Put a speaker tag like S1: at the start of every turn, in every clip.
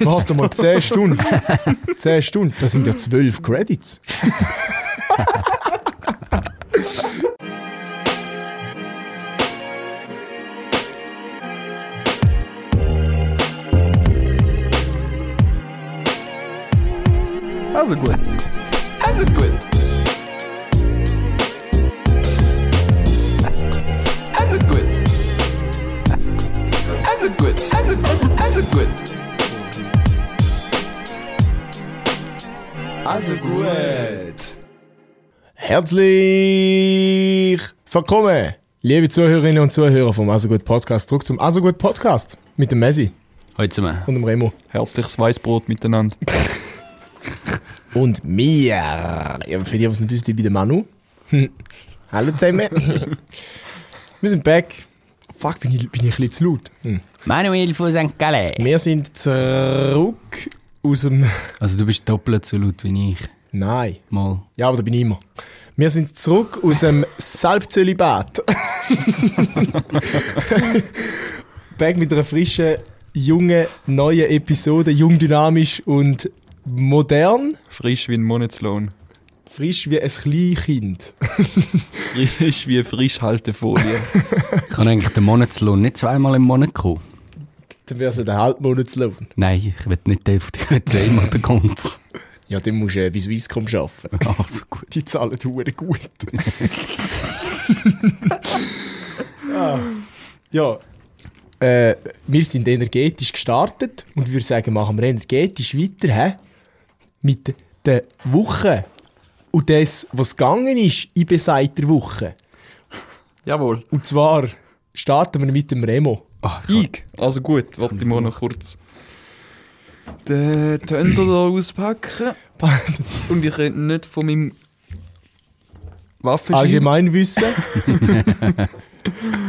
S1: Warte mal, 10 Stunden. 10 Stunden, das sind ja 12 Credits.
S2: Also gut. Also gut. Also gut. Also gut. Also also also gut. Also gut.
S1: Herzlich willkommen, liebe Zuhörerinnen und Zuhörer vom Also gut Podcast. Zurück zum Also gut Podcast mit dem Messi
S3: Heute mal.
S1: und dem Remo.
S2: Herzliches Weißbrot miteinander.
S1: Und mir. Ja, für die, die es nicht wissen, ich bin der Manu. Hm. Hallo zusammen. Wir sind back. Fuck, bin ich, bin ich ein bisschen zu laut. Hm.
S3: Manuel von St. Gallen.
S1: Wir sind zurück aus dem...
S3: Also du bist doppelt so laut wie ich.
S1: Nein.
S3: Mal.
S1: Ja, aber da bin ich immer. Wir sind zurück aus dem Selbstzölibat. Back mit einer frischen, jungen, neuen Episode. Jung, dynamisch und modern.
S2: Frisch wie ein Monatslohn.
S1: Frisch wie ein Kleinkind.
S2: Frisch wie eine Frischhaltefolie.
S3: Ich kann eigentlich den Monatslohn nicht zweimal im Monat kommen.
S1: Dann wär's ja der Halbmonatslohn.
S3: Nein, ich will nicht die Hälfte, ich will zweimal den ganzen.
S1: Ja, dann musst du äh, bei Swisscom arbeiten.
S3: Also gut.
S1: Die zahlen hure gut. Ah. ja. ja. Äh, wir sind energetisch gestartet und ich würde sagen, machen wir energetisch weiter hä? mit der Woche und das, was gegangen ist in besagter Woche.
S2: Jawohl.
S1: Und zwar starten wir mit dem Remo.
S2: Ich. Also gut, warte mal noch kurz. Den Tönder da auspacken. Und ich rede nicht von meinem Waffenschein.
S1: Allgemeinwissen.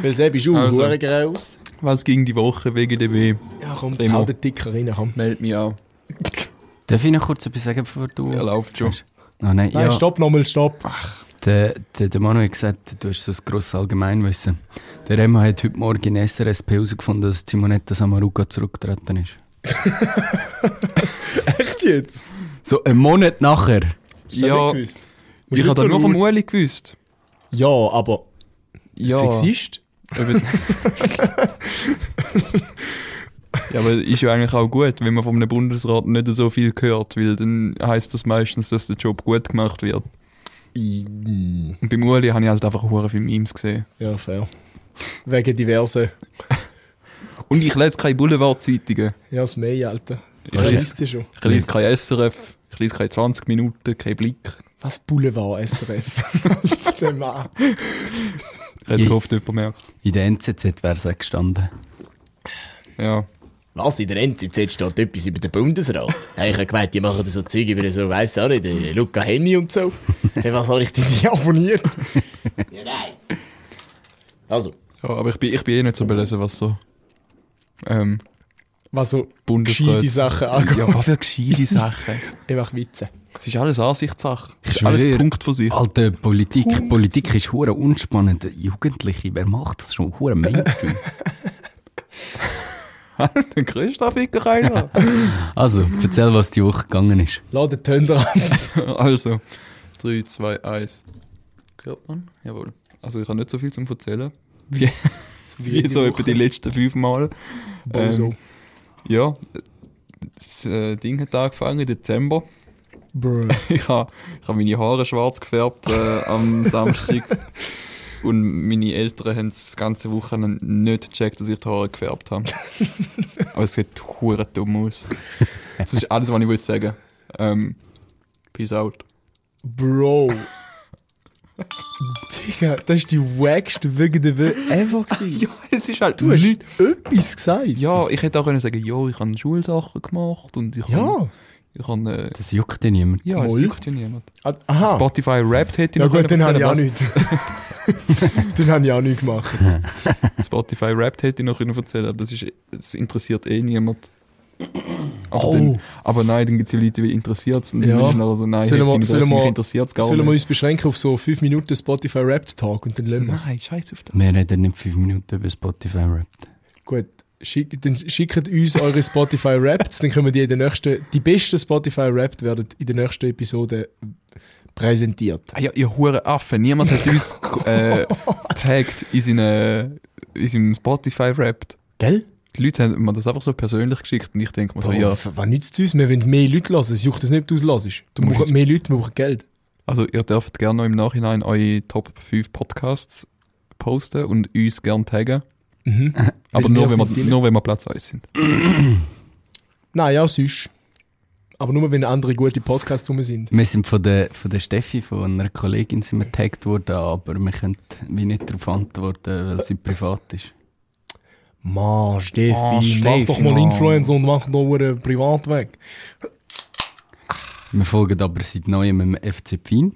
S1: Weil selbst bist du
S2: Also.
S1: also. raus.
S2: Was ging die Woche wegen dem Weh?
S1: Ja, komm,
S2: Remo.
S1: hau den Dicker rein, komm.
S2: Meld mich an.
S3: Darf ich noch kurz etwas sagen, bevor du...
S2: Ja, läuft schon.
S3: Ah, nein,
S1: Nein,
S3: ja.
S1: stopp nochmal, stopp.
S3: Der, der, der Manuel hat gesagt, du hast so ein grosses Allgemeinwissen. Der Remo hat heute Morgen in SRSP herausgefunden, dass Simonetta Samaruga zurückgetreten ist.
S1: Echt jetzt?
S3: So einen Monat nachher.
S1: Hast du das nicht
S2: Ja,
S1: gewusst? Musst
S2: ich
S1: du
S2: habe
S1: so
S2: nur vom
S1: laut-
S2: Ueli gewusst.
S1: Ja, aber
S2: Ja.
S1: Sexist?
S2: ja, aber ist ja eigentlich auch gut, wenn man vom Bundesrat nicht so viel hört, weil dann heißt das meistens, dass der Job gut gemacht wird.
S1: Mm,
S2: Und beim Ueli habe ich halt einfach hure viele Memes gesehen.
S1: Ja, fair. Wegen diversen.
S2: Und ich lese keine Boulevardzeitungen.
S1: Ja, das Mehr, Alter.
S2: Ja,
S1: Ich
S2: ja.
S1: weiß das schon.
S2: Ich lese kein SRF, ich lese keine 20 Minuten, kein Blick.
S1: Was Boulevard SRF? Der Mann.
S2: Ich hätte
S3: Ich-
S2: gehofft, jemand merkt
S3: In der NZZ wäre es auch gestanden.
S2: Ja.
S4: Was, in der NZZ steht etwas über den Bundesrat? Hey, ich habe gemeint, die machen da so Zeug über so, weiss auch nicht, äh, Luca Henni und so. Für was habe ich denn die abonniert? ja, nein. Also,
S2: ja aber ich bin, ich bin eh nicht so belesen, was so ähm,
S1: Was so
S2: Bundesrat...
S1: gescheite Sachen angeht.
S2: Ja, was für gescheite Sachen.
S1: Ich mache Witze.
S2: Es ist alles Ansichtssache. Es ist
S3: schwöre,
S2: alles Punkt von sich.
S3: Alter, Politik, Politik ist hure unspannend. Jugendliche, wer macht das schon? Hure Mainstream.
S2: Der Christoph Wicker einer.
S3: also, erzähl, was die Woche gegangen ist.
S1: Lass den Tönder an.
S2: also, 3, 2, 1. Gehört man? Jawohl. Also, ich habe nicht so viel zum erzählen. Wie, wie so etwa die letzten fünf Mal. Ähm,
S1: Boah, so.
S2: Ja, das äh, Ding hat angefangen im Dezember.
S1: Brr.
S2: Ich habe ich hab meine Haare schwarz gefärbt äh, am Samstag. Und meine Eltern haben das ganze Wochenende nicht gecheckt, dass ich die Haare gefärbt habe. Aber es sieht hure dumm aus. Das ist alles, was ich wollte sagen. Ähm, peace out.
S1: Bro. Digga, das ist die wackste wegen der Welt ever gewesen.
S2: Ja, es ist halt
S1: Du hast etwas gesagt.
S2: Ja, ich hätte auch können sagen, ja, ich habe Schulsachen gemacht und ich habe.
S1: Ja.
S2: Ich habe äh,
S3: Das juckt ja niemand.
S2: ja, es
S1: Moll.
S2: juckt ja niemand.
S1: Ah, Aha.
S2: Spotify Rapped hätte ich
S1: Ja
S2: noch
S1: gut,
S2: können
S1: dann habe ich auch
S2: erzählen,
S1: nichts. dann habe ich auch nichts gemacht.
S2: was- Spotify Rapped hätte ich noch können erzählen, aber das, ist, das interessiert eh niemand. Aber,
S1: Oh.
S2: dann, aber nein, dann gibt es ja Leute, die interessiert es.
S1: Ja.
S2: Ja. Also, nein,
S1: Sollen
S2: sollen
S1: wir-
S2: wir,
S1: sollen wir-
S2: mich interessiert gar
S1: Sollen wir
S2: nicht.
S1: uns beschränken auf so 5 Minuten Spotify Rap Talk und dann lassen wir es?
S2: Nein, scheiß auf das.
S3: Wir reden nicht fünf Minuten über Spotify Rap.
S1: Gut. Schick, dann schickt uns eure Spotify Raps, dann können wir die in der nächsten, die besten Spotify Raps werden in der nächsten Episode präsentiert.
S2: Ah ja, ihr hure Affen. Niemand hat uns äh, tagged in, seine, in seinem Spotify-Rap.
S1: Gell?
S2: Die Leute haben mir das einfach so persönlich geschickt und ich denke mir
S1: Oh,
S2: so, ja,
S1: Was nützt es uns? Wir wollen mehr Leute lassen. Es juckt es nicht, ob du es hörst. Du
S2: musst
S1: brauchst
S2: es-
S1: mehr Leute, wir brauchen Geld.
S2: also ihr dürft gerne noch im Nachhinein eure Top 5 Podcasts posten und uns gerne taggen. Aber
S1: Weil
S2: nur
S1: Mhm. wir
S2: wenn,
S1: sind
S2: wir,
S1: die-
S2: nur wenn wir Platz 1 sind.
S1: Nein, ja, sonst. Aber nur, wenn andere gute Podcasts rum sind.
S3: Wir sind von der, von der Steffi, von einer Kollegin, sind wir getaggt worden, aber wir können wie nicht darauf antworten, weil sie privat ist.
S1: Mann, Steffi,
S2: Ah,
S1: mach
S2: Steffi,
S1: doch mal
S2: Mann.
S1: Influencer und mach doch einen Privatweg.
S3: Wir folgen aber seit neuem dem FC Pfin.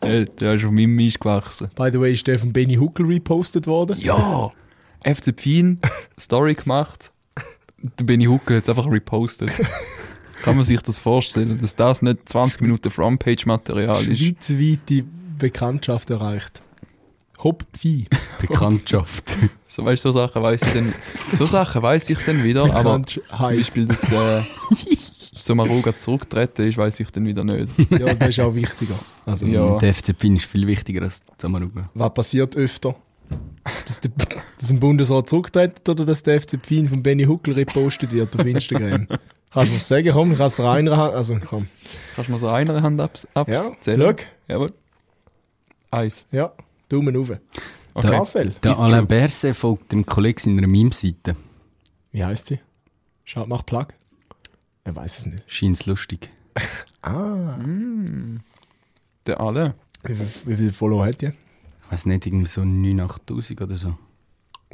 S2: Äh, der ist auf meinem Mist gewachsen.
S1: By the way, ist der von Benny Huckel repostet worden.
S2: Ja! FC Pfin, Story gemacht. Da bin ich Hucke jetzt einfach repostet. Kann man sich das vorstellen, dass das nicht 20 Minuten Frontpage-Material
S1: Mhm.
S2: ist?
S1: Schweizweite Bekanntschaft erreicht. Hopp, Vieh.
S3: Bekanntschaft.
S2: So, weißt, so Sachen weiß ich dann, so Sachen weiß ich dann wieder, aber
S1: Bekannt-
S2: zum
S1: Hype.
S2: Beispiel, dass äh, zum Aruga zurücktreten ist, weiß ich dann wieder nicht.
S1: Ja, das ist auch wichtiger. Also,
S2: Ja.
S3: Der FC Pfin ist viel wichtiger als Samaruga.
S1: was passiert öfter? Dass, der, dass ein Bundesrat zurücktritt oder dass der FC Pfin von Benny Huckel repostet wird auf Instagram? Kannst du was sagen? Komm, ich kann es dir einer Hand. Also, komm.
S2: Kannst du mal so einer Hand abs
S1: Ja,
S2: abzählen?
S1: schau.
S2: Jawohl. Eins.
S1: Ja, Daumen rauf.
S2: Okay.
S1: Marcel,
S3: Der
S1: dein
S3: Alain
S1: Club.
S3: Berset folgt dem Kollegen seiner Meme-Seite.
S1: Wie heisst sie? Schau, mach Plug. Er weiß es nicht.
S3: Scheint's lustig.
S2: Der alle.
S1: Wie, viel- wie viele Follower hat die?
S3: Ich weiß nicht, irgendwie so 9.000, 8.000 oder so.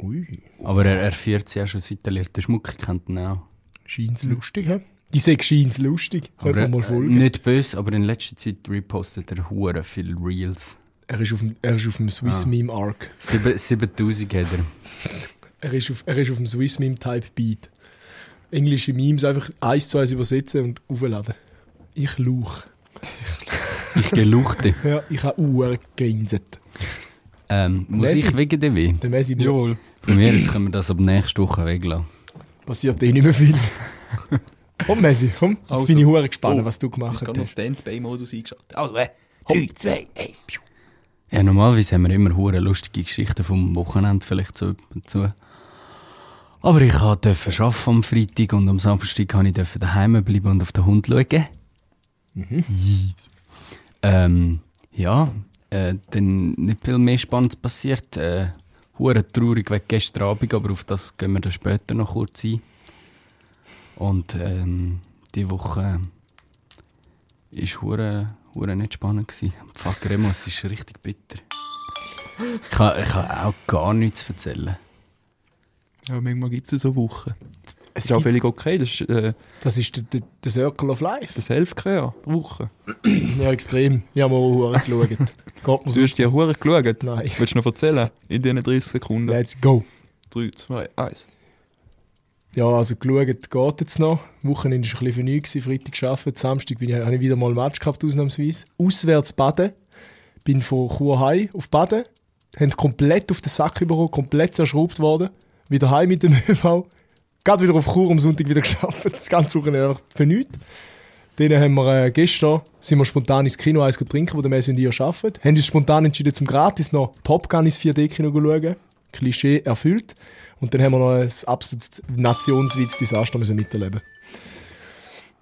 S1: Ui.
S3: Aber er, er führt sie auch schon seit er lernt. Der Schmuck kennt ihn auch.
S1: Scheint's lustig, hä? Die sagt, scheint's lustig. Könnte
S3: Aber,
S1: man mal
S3: äh,
S1: folgen.
S3: nicht böse, aber in letzter Zeit repostet er hure viel Reels.
S1: Er ist auf dem, er ist auf dem
S3: Ah.
S1: Swiss Meme Arc.
S3: Sieben- 7000 hat er.
S1: Er ist auf, er ist auf dem Swiss Meme Type Beat. Englische Memes einfach eins zu eins übersetzen und aufladen. Ich lauch.
S3: Ich geluchte.
S1: Ja, ich habe Uhr gegrinset.
S3: ähm, muss
S1: Messi.
S3: ich wegen der weh?
S1: Der Messi
S2: Jawohl.
S3: Von mir aus können wir das ab nächster Woche weglassen.
S1: passiert eh nicht mehr viel. komm, Messi, komm. Jetzt
S2: Also.
S1: bin ich Uhr gespannt,
S2: Oh,
S1: was du gemacht hast.
S2: Standby-Modus eingeschaltet. Also, äh, 3, 2, 1.
S3: Ja, normalerweise haben wir immer hure lustige Geschichten vom Wochenende vielleicht so ab und zu. Aber ich durfte arbeiten am Freitag und am Samstag durfte ich dürfen daheim bleiben und auf den Hund schauen. ähm, ja, äh, dann nicht viel mehr Spannendes passiert. Äh, hure traurig wegen gestern Abend, aber auf das gehen wir dann später noch kurz ein. Und ähm, die Woche ist hure hure nicht spannend gewesen. Fuck Remo, es ist richtig bitter. Ich kann, ich kann auch gar nichts zu erzählen.
S2: Ja, manchmal gibt es so Wochen. Es ist
S1: gibt-
S2: auch völlig okay, das ist äh,
S1: Das ist der, der, der Circle of Life.
S2: das Selfcare der Woche.
S1: Ja, extrem. Ich habe mir auch Uhr geschaut. Geht mir
S2: Du
S1: so.
S2: hast dir Hure geschaut.
S1: Also Nein.
S2: Willst du noch erzählen? In diesen 30 Sekunden.
S1: Let's go.
S2: 3, 2, 1.
S1: Ja, also geschaut geht jetzt noch. Wochenende war ein bisschen für nichts, gewesen, Freitag gearbeitet, Samstag bin ich, habe ich wieder mal einen Match gehabt, ausnahmsweise. Auswärts baden, bin von Chur heim auf Baden, haben komplett auf den Sack überholt, komplett zerschraubt worden, wieder heim mit dem ÖV, gerade wieder auf Chur am Sonntag wieder gearbeitet, das ganze Wochenende einfach für nichts. Dann haben wir äh, gestern sind wir spontan ins Kino eins trinken, wo der Messi und ich arbeiten. Haben uns spontan entschieden, zum gratis noch Top Gun ins 4D-Kino zu schauen. Klischee erfüllt. Und dann haben wir noch ein absolutes Nationswitz-Desaster müssen miterleben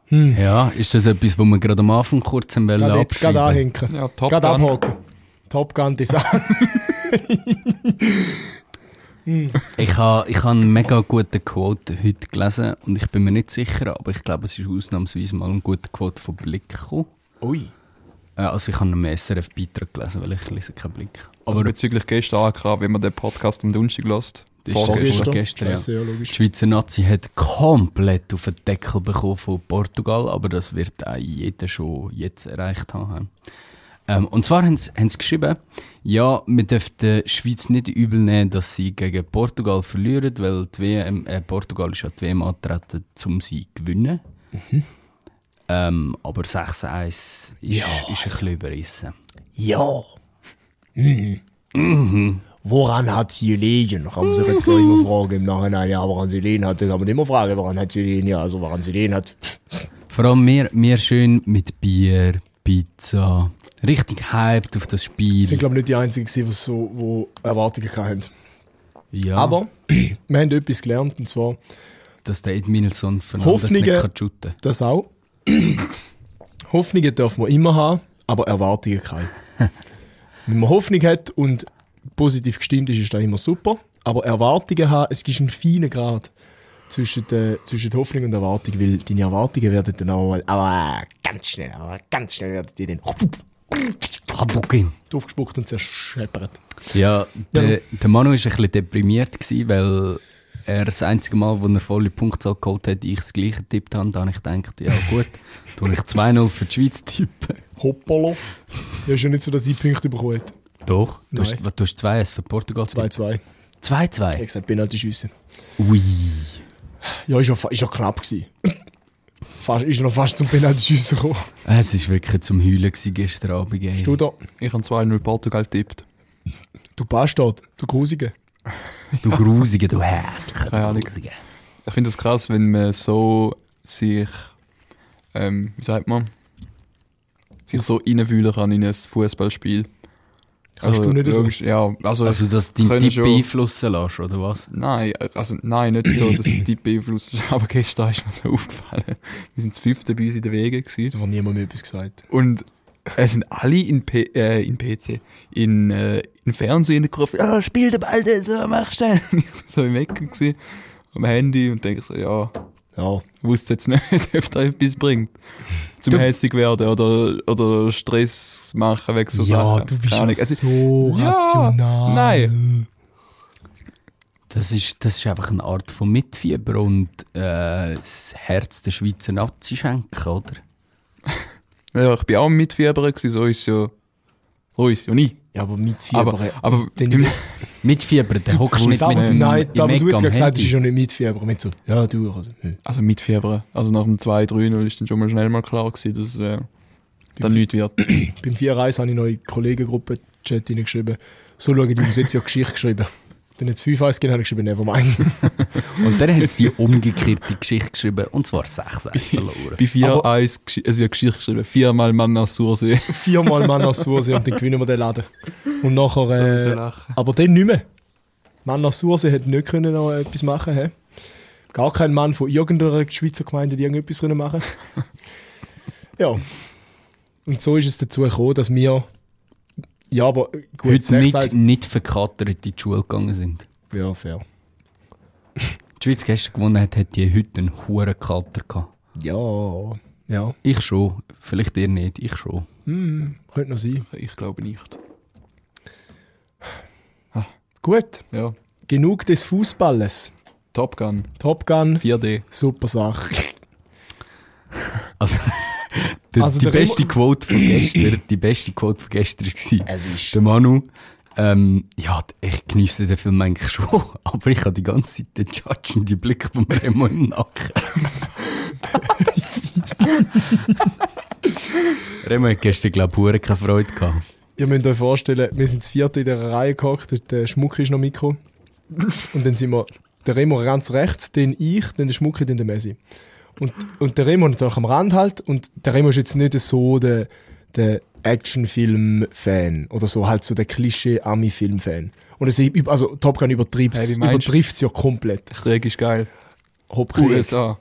S3: Ja, ist das etwas, wo wir gerade am Anfang kurz haben wollen
S1: Gerade jetzt, gerade
S3: abschreiben?
S1: anhängen.
S2: Ja, Top
S1: gerade
S2: Gun.
S1: abhaken. Top Gun-Desaster.
S3: Ich habe ich ha einen mega guten Quote heute gelesen und ich bin mir nicht sicher, aber ich glaube, es ist ausnahmsweise mal ein guter Quote von Blick gekommen.
S1: Ui.
S3: Äh, Also ich habe einen SRF-Beitrag gelesen, weil ich lese keinen Blick.
S2: Also
S3: Aber
S2: bezüglich gestern angekommen, wenn man den Podcast am Donnerstag lässt.
S3: Das ist
S2: Vorgestern.
S3: gestern.
S1: Gestern.
S3: gestern, ja.
S1: Scheiße, ja,
S3: die
S1: logisch.
S3: Schweizer Nazi hat komplett auf den Deckel bekommen von Portugal, aber das wird auch jeder schon jetzt erreicht haben. Ähm, und zwar haben sie, haben sie geschrieben, ja, wir dürfen der Schweiz nicht übel nehmen, dass sie gegen Portugal verlieren, weil die WM, äh, Portugal ist an die WM angetreten, um sie zu gewinnen. Ähm, aber 6-1 ist, ist ein bisschen überrissen.
S1: Ja. Mhm. woran hat sie gelegen? Kann man sich jetzt noch immer fragen im Nachhinein, ja, woran sie gelegen hat. Da kann man immer fragen, woran hat sie gelegen? Ja, also woran sie gelegen hat.
S3: Vor allem wir, wir schön mit Bier, Pizza. Richtig hyped auf das Spiel.
S1: Sie sind, glaube ich, nicht die Einzigen, gewesen, die so, wo Erwartungen hatten.
S3: ja,
S1: Aber wir haben etwas gelernt, und zwar
S3: dass der Edmilson Fernandes nicht
S1: Hoffnungen-
S3: kann shooten
S1: das auch. Hoffnungen dürfen wir immer haben, aber Erwartungen keine. Wenn man Hoffnung hat und positiv gestimmt ist, ist das immer super. Aber Erwartungen haben, es gibt einen feinen Grad zwischen, der, zwischen der Hoffnung und der Erwartung, weil deine Erwartungen werden dann auch mal, aber ganz schnell, aber ganz schnell werden die dann
S3: kann. Habukin.
S1: aufgespuckt und zerscheppert.
S3: Ja, der, der Manu war ein bisschen deprimiert, gewesen, weil er das einzige Mal, wo er volle Punktzahl geholt hat, ich das gleiche getippt habe. Da habe ich gedacht, ja gut, tue ich 2-0 für die Schweiz tippen.
S1: Hoppolo. Ja, ist ja nicht so, dass ich Punkte bekommen habe.
S3: Doch. Du hast,
S1: Nein.
S3: was, du hast 2-1 für Portugal getippt.
S1: 2-2.
S3: 2-2.
S1: Ich gesagt, Penalty-Schüsse.
S3: Ui.
S1: Ja, ist ja, fa- ist ja knapp gewesen. Fast, ist noch fast zum Penalty-Schiessen gekommen.
S3: Es war wirklich zum Heulen gewesen gestern Abend. Ey.
S1: Du da,
S2: Ich habe 2-0 Portugal getippt.
S1: du Bastard, du Grusige.
S3: Du Grusige, du hässliche
S2: Keine Ahnung.
S3: Grusige.
S2: Ich finde das krass, wenn man so sich, ähm, wie sagt man, sich so reinfühlen kann in ein Fußballspiel.
S1: Kannst du nicht so?
S2: logisch, Ja, also,
S3: Also, dass du deinen
S2: können
S3: Tipp
S2: schon-
S3: beeinflussen lässt, oder was?
S2: Nein, also nein, nicht so, dass die beeinflusst ist, aber gestern ist mir so aufgefallen. Wir sind das fünfte bei uns in der Wege
S1: Da
S2: gewesen.
S1: hat niemand mir etwas gesagt.
S2: Und es sind alle in, P äh, in PC, in, äh, in Fernsehen gerufen, ah, spiel den Ball, das äh, mach schnell. Und ich war so im Ecken gewesen, am Handy und denke so, ja,
S1: Ja.
S2: wusste jetzt nicht, ob das etwas bringt. Zum
S1: Du-
S2: hässig werden oder, oder Stress machen wegen so
S1: ja,
S2: Sachen.
S1: du bist
S2: Keine
S1: ja
S2: Ahnung. Also,
S1: so
S2: ja,
S1: rational.
S2: nein.
S3: Das ist, das ist einfach eine Art von Mitfieber und äh, das Herz der Schweizer Nazi schenken, oder?
S2: ja, ich bin auch am Mitfiebern gewesen, so ist es ja, so ist es ja nie.
S1: Ja, aber mit Fieber.
S2: Aber, aber beim,
S3: Mitfieber, der hockst
S1: Grusige.
S3: nicht mit
S1: aber,
S3: dem
S1: nein,
S3: im
S1: da, aber du
S3: Eck
S1: hast
S3: am
S1: ja gesagt, es ist
S3: Handy.
S1: ja nicht mit Fieber. Mit so, ja, du. Also, hm.
S2: also mitfiebern. Also nach dem 2-3-0 ist dann schon mal schnell mal klar gewesen, dass es äh, dann nichts wird.
S1: Beim 4-1 habe ich noch in die Kollegengruppe-Chat hineingeschrieben. So schauen die uns jetzt ja Geschichte geschrieben. Dann hat es 5-1 gegeben, habe ich geschrieben, nevermind.
S3: Und dann hat sie die umgekehrte Geschichte geschrieben, und zwar 6-1 verloren.
S2: Bei 4-1, gesch- es wird Geschichte geschrieben, viermal Mann aus Sursee.
S1: Viermal Manassuse und dann gewinnen wir den Laden. Und nachher. Äh,
S2: Sowieso lachen.
S1: aber dann nicht mehr. Manassuse hätte nicht können noch etwas machen können. Gar kein Mann von irgendeiner Schweizer Gemeinde hätte irgendetwas können machen Ja. Und so ist es dazu gekommen, dass wir. Ja, aber gut,
S3: Heute
S1: sechs
S3: nicht,
S1: eins-
S3: nicht verkatert in die Schule gegangen sind.
S1: Ja, fair.
S3: Die Schweiz gestern gewonnen hat, hat die heute einen hohen Kater gehabt.
S1: Ja. Ja, Hm,
S3: Ich schon, vielleicht ihr nicht, ich schon.
S1: könnte noch sein.
S2: Ich glaube nicht.
S1: Gut,
S2: Ja,
S1: genug des Fußballes.
S2: Top Gun,
S1: Top Gun,
S2: 4D.
S1: super Sache.
S3: Also, die,
S1: Also
S3: die
S1: der
S3: beste
S1: Remo-
S3: Quote von gestern, die beste Quote von gestern war,
S4: Es ist-
S3: der Manu, ähm, ja, ich geniesse den Film eigentlich schon, aber ich habe die ganze Zeit den judgenden Blick von Remo im Nacken. Remo hat gestern, glaube ich, keine Freude gehabt.
S1: Ihr müsst euch vorstellen, wir sind das vierte in der Reihe gehockt, dort der Schmuck ist noch mitgekommen. Und dann sind wir, der Remo ganz rechts, dann ich, dann der Schmuck, dann der Messi. Und, und der Remo natürlich am Rand halt. Und der Remo ist jetzt nicht so der, der Actionfilm-Fan oder so, halt so der Klischee-Ami-Film-Fan. Und es, ist üb- also Top Gun übertrifft
S2: Hey, wie
S1: es
S2: meinst du?
S1: ja komplett.
S2: Krieg ist geil.
S1: Hauptkrieg.
S2: USA.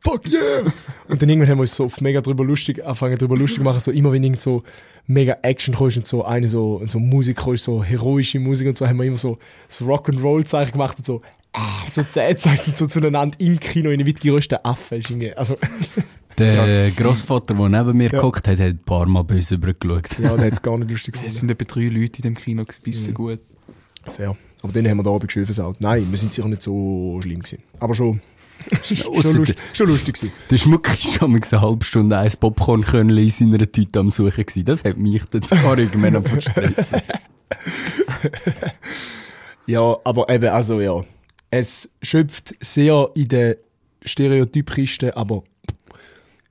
S1: fuck yeah! Und dann irgendwann haben wir uns so oft mega drüber lustig, anfangen drüber lustig zu machen, so immer wenn irgend so mega Action kam und so eine so, und so Musik kam, so heroische Musik und so, haben wir immer so das Rock'n'Roll-Zeichen gemacht und so, ah, so Zähne gezeigt und so zueinander im Kino in eine weit gerösten Affen. ist irgendwie- Also,
S3: Der Grossvater, der neben mir geguckt hat, hat ein paar Mal böse übergeschaut.
S1: ja, der hat es gar nicht lustig
S2: Es
S1: gefunden.
S2: sind etwa drei Leute in dem Kino, gewesen, bisschen gut.
S1: Fair. Aber dann haben wir da oben geschöpft. Nein, wir sind sicher nicht so schlimm gewesen. Aber schon, schon,
S3: ausser
S1: lust, schon lustig gewesen.
S3: Der Schmuck ist schon mal eine halbe Stunde ein Popcorn in seiner Tüte am Suchen. Gewesen. Das hat mich dann zwar irgendwann am verstressen.
S1: Ja, aber eben, also ja. Es schöpft sehr in den Stereotypkisten, aber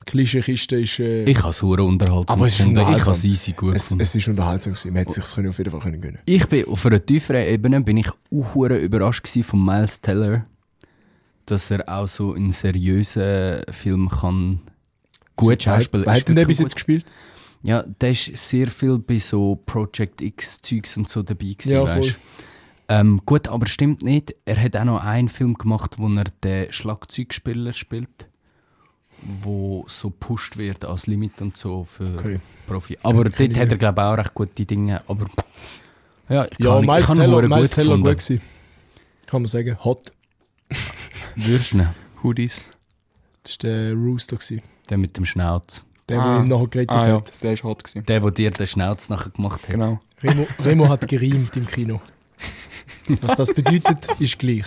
S1: Klischeekiste ist... Äh,
S3: Ich habe es hure unterhaltsam
S1: Aber es ist
S3: gefunden. Ich habe
S1: unterhaltsam.
S3: es easy gut
S1: es,
S3: gefunden.
S1: es ist unterhaltsam gewesen. Man hätte es sich auf jeden Fall können gönnen
S3: Ich bin auf einer tieferen Ebene bin ich auch hure überrascht gsi von Miles Teller, dass er auch so einen seriösen Film kann gut schauspielen.
S1: Also, Wer
S3: Ist
S1: hat denn der
S3: wirklich
S1: bis
S3: gut.
S1: jetzt gespielt?
S3: Ja, der ist sehr viel bei so Project X Zeugs und so dabei gewesen,
S1: Ja,
S3: ja,
S1: voll.
S3: weißt? Ähm, gut, aber stimmt nicht. Er hat auch noch einen Film gemacht, wo er den Schlagzeugspieler spielt, wo so pusht wird als Limit und so für
S1: Okay.
S3: Profi. Aber dort hat er glaube ich auch recht gute Dinge. Aber ja, ich
S1: Ja,
S3: kann, ich
S1: Miles
S3: kann ihn
S1: Teller,
S3: verdammt
S1: Miles Teller
S3: gefunden.
S1: gut gewesen. Kann man sagen, hot.
S3: Würdest du ihn?
S2: Hoodies.
S1: Das war der Rooster. Gewesen.
S3: Der mit dem Schnauz.
S1: Der,
S2: Ah.
S1: der ihn nachher gerettet
S2: Ah ja,
S1: hat.
S2: der ist hot gewesen.
S3: Der, wo dir den Schnauz nachher gemacht hat.
S2: Genau.
S1: Remo, Remo hat gereimt im Kino. Was das bedeutet, ist gleich.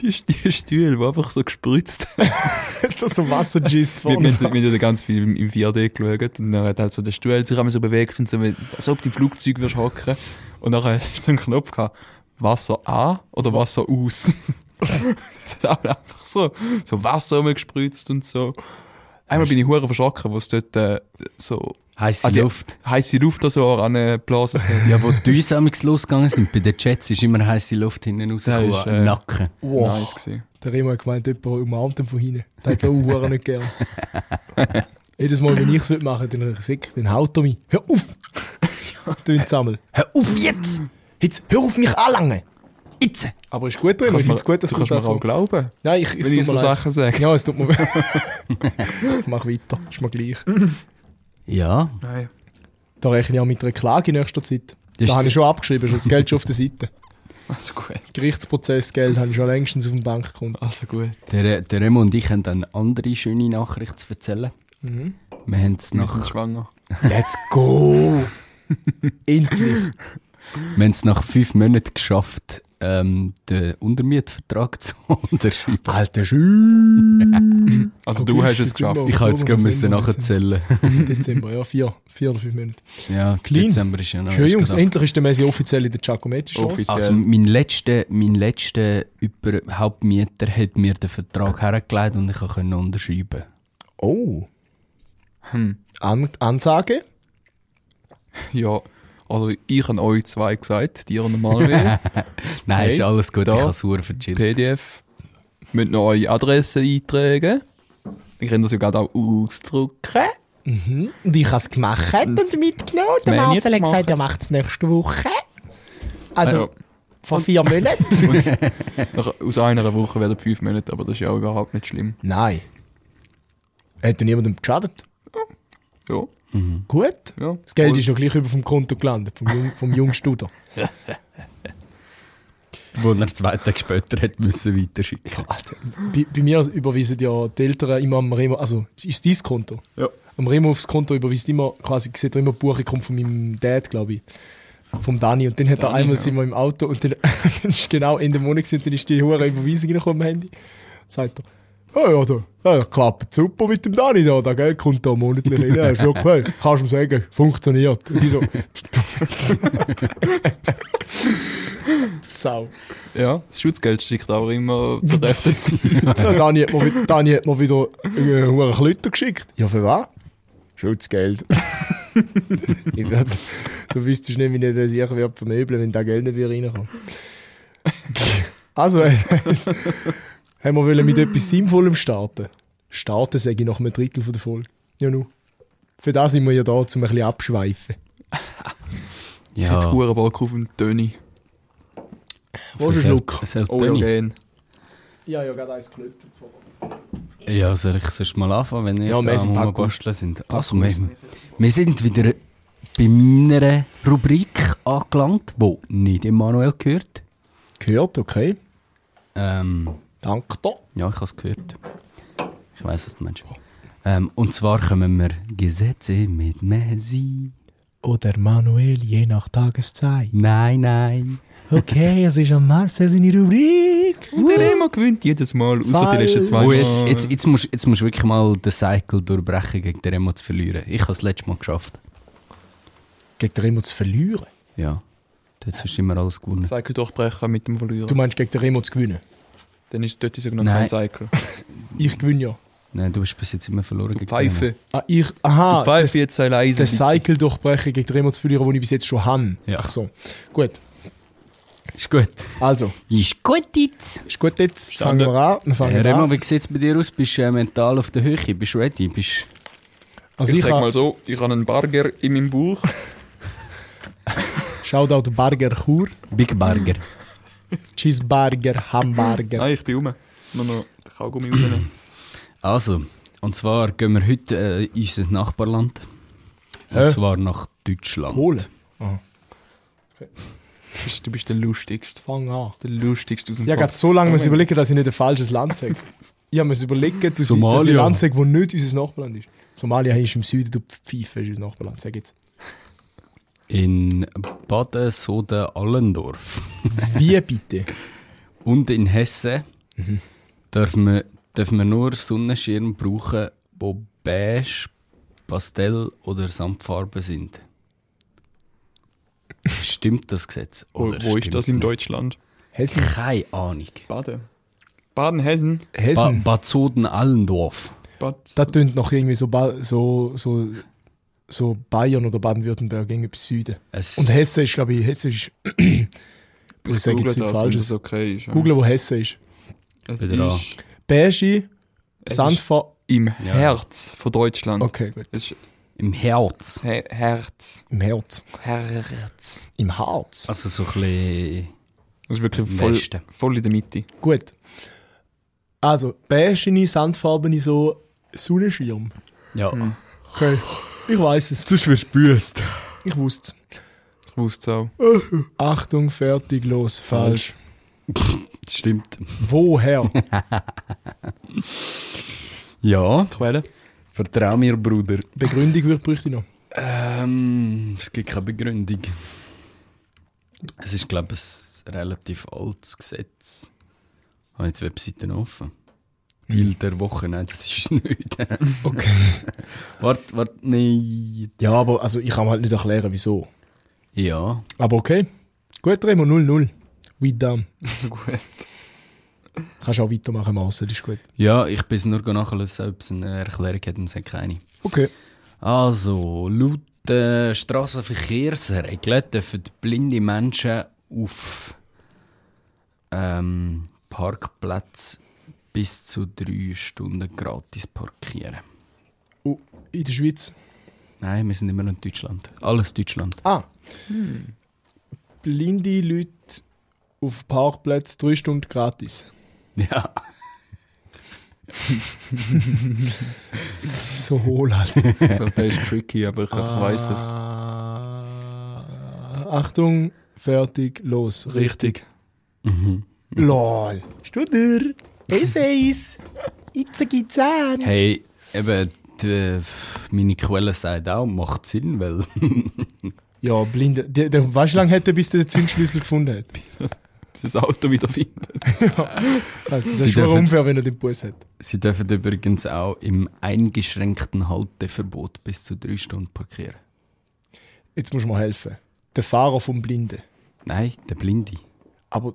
S2: Die, die Stühle, die einfach so gespritzt
S1: Ist das so Wassergist
S2: Wir, wir, wir haben ja den ganzen Film im 4D geschaut und dann hat halt so der Stuhl sich einmal so bewegt und so, wie- als ob du im Flugzeug würdest hocken. Und dann hast du so einen Knopf gehabt, Wasser an oder Wasser aus. das hat auch einfach so, so Wasser rumgespritzt und so. Einmal bin ich hure verschrocken, wo es dort äh, so
S3: Heiße
S2: an die
S3: Luft.
S2: heiße Luft da so angeblasen hat.
S3: Ja, wo die uns amigs losgegangen sind bei den Jets, ist immer heiße Luft hinten rausgekommen,
S2: Das ist,
S3: am
S2: äh,
S3: Nacken.
S1: Wow.
S2: Nice gewesen.
S1: Der Remo hat gemeint, jemand umarmt ihn von hinten. Der hat auch Uhren nicht gern. Jedes Mal, wenn ich es machen würde, dann sick, dann haut er mich. Hör auf! Tönt sammel.
S3: Hör auf jetzt!
S1: Jetzt, hör auf mich anlangen!
S3: Jetzt!
S1: Aber ist gut, Remo. Ich finde es gut, dass
S2: du
S1: du
S2: kannst mir
S1: das
S2: auch
S1: so...
S2: glauben,
S1: Nein, ich, es
S2: wenn
S1: tut
S2: ich so
S1: mir leid.
S2: Sachen sage.
S1: Ja, es tut mir weh. ich mach weiter, ist mir gleich.
S3: Ja,
S2: Nein.
S1: Da rechne ich auch mit einer Klage in nächster Zeit.
S3: ist
S1: da habe
S3: so-
S1: ich schon abgeschrieben, schon das Geld schon auf der Seite.
S2: Also gut.
S1: Gerichtsprozessgeld habe ich schon längstens auf dem Bankkonto.
S2: Also gut.
S3: der, der Remo und ich haben dann andere schöne Nachrichten zu erzählen. Wir haben es
S2: Wir
S3: nach,
S2: sind schwanger.
S1: Let's go! Endlich!
S3: wir haben's nach fünf Monaten geschafft, ähm, den Untermietvertrag zu unterschreiben.
S1: Alter Schü!
S2: Also du hast es
S1: August, September,
S2: geschafft.
S3: Ich habe jetzt gerade müssen
S1: November,
S3: nachzählen.
S1: Dezember, ja, vier, vier oder fünf Monate.
S3: ja,
S1: Clean.
S3: Dezember ist ja noch.
S1: Schön,
S3: ist genau.
S1: Jungs,
S3: gerade-
S1: endlich ist der Messi offiziell in der Giacometti-Straße.
S2: Offiziell.
S3: Also mein letzter, mein letzter überhaupt Mieter hat mir den Vertrag hergelegt und ich konnte unterschreiben.
S1: Oh!
S2: Hm.
S1: An Ansage?
S2: Ja, also ich habe euch zwei gesagt, dir und dem Manuel.
S3: Nein,
S2: Hey,
S3: ist alles gut,
S2: da.
S3: ich kann es verchillen.
S2: PDF. Müsst noch eure Adresse eintragen. Ich kann das ja gerade auch ausdrucken.
S1: Und ich habe es gemacht und mitgenommen.
S2: Der wir Marcel hat gemacht. gesagt,
S1: er macht es nächste Woche.
S2: Also,
S1: vor vier Monaten.
S2: Nach, aus einer Woche werden fünf Monate, aber das ist ja auch überhaupt nicht schlimm.
S1: Nein. Hat ja niemandem geschadet.
S2: Ja,
S1: Gut.
S2: ja.
S1: Das Geld
S2: Voll.
S1: ist ja gleich über vom Konto gelandet, vom, Jung, vom Jungstuder.
S3: Wo er zwei Tage später hat müssen weiterschicken
S1: Alter, bei, bei mir überweisen ja die Eltern immer am Remo, also es ist dein Konto.
S2: Ja.
S1: Am Remo aufs Konto überweist immer, quasi sieht er immer die Buche kommt von meinem Dad, glaube ich. Vom Dani. Und dann hat er
S2: Dani,
S1: einmal
S2: ja.
S1: sind wir im Auto und dann, dann ist genau Ende Monat gewesen, und dann ist die hohe Überweisung reingekommen am Handy. Dann sagt er, oh ja, da, ja, ja, klappt super mit dem Dani da, da Geld kommt da monatlich rein. Ja, ist schon cool. Kannst du ihm sagen, funktioniert. Und ich so, Sau.
S2: ja, das Schutzgeld schickt auch immer zur rechten Zeit.
S1: So, Dani hat mir, wi- Dani hat mir wieder äh, einen Klüter geschickt. Ja, für was? Schutzgeld. ich würd's, du wüsstest nicht, wie ich das sicher wird vermöbeln, wenn da Geld nicht wieder reinkommt. Also, äh, jetzt haben wir wollen mit etwas Sinnvollem starten. Starten sage ich nach einem Drittel von der Folge. Ja, nu. Für das sind wir ja da, um ein bisschen abschweifen.
S2: Ja.
S3: Ja,
S2: Huren Bock auf den Töni.
S1: Willst du einen Schluck?
S3: Es hält
S2: Oh ja,
S3: Tönni.
S2: gehen.
S1: Ja, ja, gerade eins Klüter.
S3: Ja, soll ich sonst mal anfangen, wenn ihr
S1: Ja,
S3: ja,
S1: wir
S3: da
S1: sind
S3: am
S1: Packung.
S3: Rumbasteln sind? Also, wir, wir sind wieder bei meiner Rubrik angelangt, die nicht Emanuel gehört.
S1: Gehört, okay.
S3: Ähm,
S1: Danke dir.
S3: ja, ich habe es gehört. Ich weiß, was du meinst. Ähm, und zwar kommen wir Gesetze mit Messi.
S1: Oder Manuel, je nach Tageszeit.
S3: Nein, nein.
S1: Okay, es ist am Marcel seine Rubrik.
S2: Der immer gewinnt jedes Mal, außer
S1: Fall.
S2: die letzten zwei
S3: Oh, jetzt, jetzt, jetzt, musst, jetzt musst du wirklich mal den Cycle durchbrechen, gegen den Remo zu verlieren. Ich habe es letztes Mal geschafft.
S1: Gegen den Remo zu verlieren?
S3: Ja. Jetzt hast du immer alles gewonnen.
S2: Cycle durchbrechen mit dem
S1: Du
S2: Verlierer.
S1: meinst gegen den Remo zu gewinnen?
S2: Dann ist dort sogar noch kein
S3: Nein.
S2: Cycle.
S1: Ich gewinne ja.
S3: Nein, du bist bis jetzt immer verloren
S2: Du
S3: gegen
S2: Pfeife.
S1: Ah, ich, aha,
S2: Du Pfeife
S1: das-
S2: jetzt allein.
S1: den Cycle durchbrechen gegen den zu verlieren, den ich bis jetzt schon habe.
S3: Ja.
S1: Ach so. Gut,
S3: den. Ist gut.
S1: also,
S3: Ist gut jetzt.
S1: ist gut jetzt. Fangen wir an. Wir fangen
S3: Hey, Remo,
S1: an.
S3: wie sieht es bei dir aus? Bist du äh, mental auf der Höhe? Bist du ready? Bist
S1: Also
S2: Ich
S1: ich
S2: sag mal
S1: habe
S2: so, ich habe einen Burger in meinem Bauch.
S1: Shoutout Burger Chur,
S3: Big Burger?
S1: Cheeseburger, Hamburger.
S2: Nein, ich bin rum. Nur noch den Kaugummi rausnehmen.
S3: Also, und zwar gehen wir heute äh, in unser Nachbarland. Und
S1: Hä?
S3: zwar nach Deutschland.
S1: Polen. Ah,
S2: Du bist- Du bist der Lustigste.
S1: Fang an.
S2: Der Lustigste aus dem
S1: Ich habe gerade so lange müssen überlegen, dass ich nicht ein falsches Land sage. Ich habe mir überlegt, dass ich- dass ich ein
S3: Somalia.
S1: Land sage, das nicht unser Nachbarland ist. Somalia ist im Süden, du Pfeife ist unser Nachbarland. Sag jetzt.
S3: In Baden-Soden-Allendorf.
S1: Wie bitte?
S3: Und in Hessen
S2: Mhm.
S3: dürfen, wir, dürfen wir nur Sonnenschirme brauchen, wo beige, Pastell oder Samtfarben sind. Stimmt das Gesetz?
S1: Oh,
S2: Wo,
S3: oder
S2: wo ist
S3: stimmt's
S2: das in
S3: nicht?
S2: Deutschland?
S1: Hessen.
S3: Keine Ahnung.
S2: Baden. Baden-Hessen.
S3: Ba
S1: Hessen.
S3: Bad Soden-Allendorf.
S2: Bad.
S1: Das tönt noch irgendwie so, ba so, so, so Bayern oder Baden-Württemberg, irgendwas Süden.
S3: Es-
S1: Und Hessen ist, glaube ich, Hessen ist. ich sage jetzt nichts
S2: wenn das
S1: Falsches.
S2: okay ist. ja.
S1: Google, wo Hessen ist.
S2: Es
S3: Bin dran.
S2: ist
S1: Beige,
S2: Es
S1: Sandfahr.
S2: im Herz von Deutschland.
S1: Okay, gut.
S2: Es ist
S3: Im Herz.
S2: He Herz.
S1: Im Herz.
S2: Herz.
S1: Im Harz.
S3: Also so ein bisschen...
S2: Das ist wirklich
S3: Im
S2: voll,
S3: Westen.
S2: voll in der Mitte.
S1: Gut. Also, beige, sandfarbene, so Sonnenschirm.
S3: Ja.
S1: Hm. Okay. Ich weiß es. Sonst wirst du büßt. Ich wusste
S2: Ich wusste es auch.
S1: es. Achtung, fertig, los. Falsch.
S3: Das stimmt.
S1: Woher?
S3: Ja.
S2: Quelle?
S3: Vertrau mir, Bruder.
S1: Begründung wird- bräuchte ich noch.
S3: Ähm, es gibt keine Begründung. Es ist, glaube ich, ein relativ altes Gesetz. Ich habe jetzt die Webseite offen.
S1: Hm.
S3: Deal der Woche, nein, das ist nicht.
S1: Okay.
S3: warte, warte, nein.
S1: Ja, aber also ich kann halt nicht erklären, wieso.
S3: Ja,
S1: Aber okay. Gut, Remo, 0-0. We done.
S2: So gut.
S1: Kannst auch weitermachen, Marcel, ist gut.
S3: ja ich bin es nur nachschauen, ob es eine Erklärung hat und es hat keine.
S1: Okay.
S3: Also, laut den Straßenverkehrsregeln dürfen blinde Menschen auf ähm, Parkplätzen bis zu drei Stunden gratis parkieren.
S1: Oh, in der Schweiz.
S3: Nein, wir sind immer noch in Deutschland. Alles Deutschland.
S1: Ah. Blinde Leute auf Parkplätzen, drei Stunden gratis.
S3: Ja.
S1: So hohl halt.
S2: Der ist tricky, aber ich weiß es.
S1: Ah, Achtung, fertig, los.
S2: Richtig.
S1: LOL. Studer. Essays. Itze gibt's an.
S3: Hey, eben, die, meine Quelle sagt auch, macht Sinn, weil
S1: Ja, blinde. Der, der, weißt du, wie lange hätte er, bis der den Zündschlüssel gefunden hat?
S2: Bis das Auto wieder findet.
S1: Das
S3: Sie
S1: ist schon
S3: dürfen-
S1: unfair, wenn er den Bus hat.
S3: sie dürfen übrigens auch im eingeschränkten Halteverbot bis zu drei Stunden parkieren.
S1: Jetzt musst du mir helfen. Der Fahrer vom Blinden.
S3: Nein, der Blinde.
S1: Aber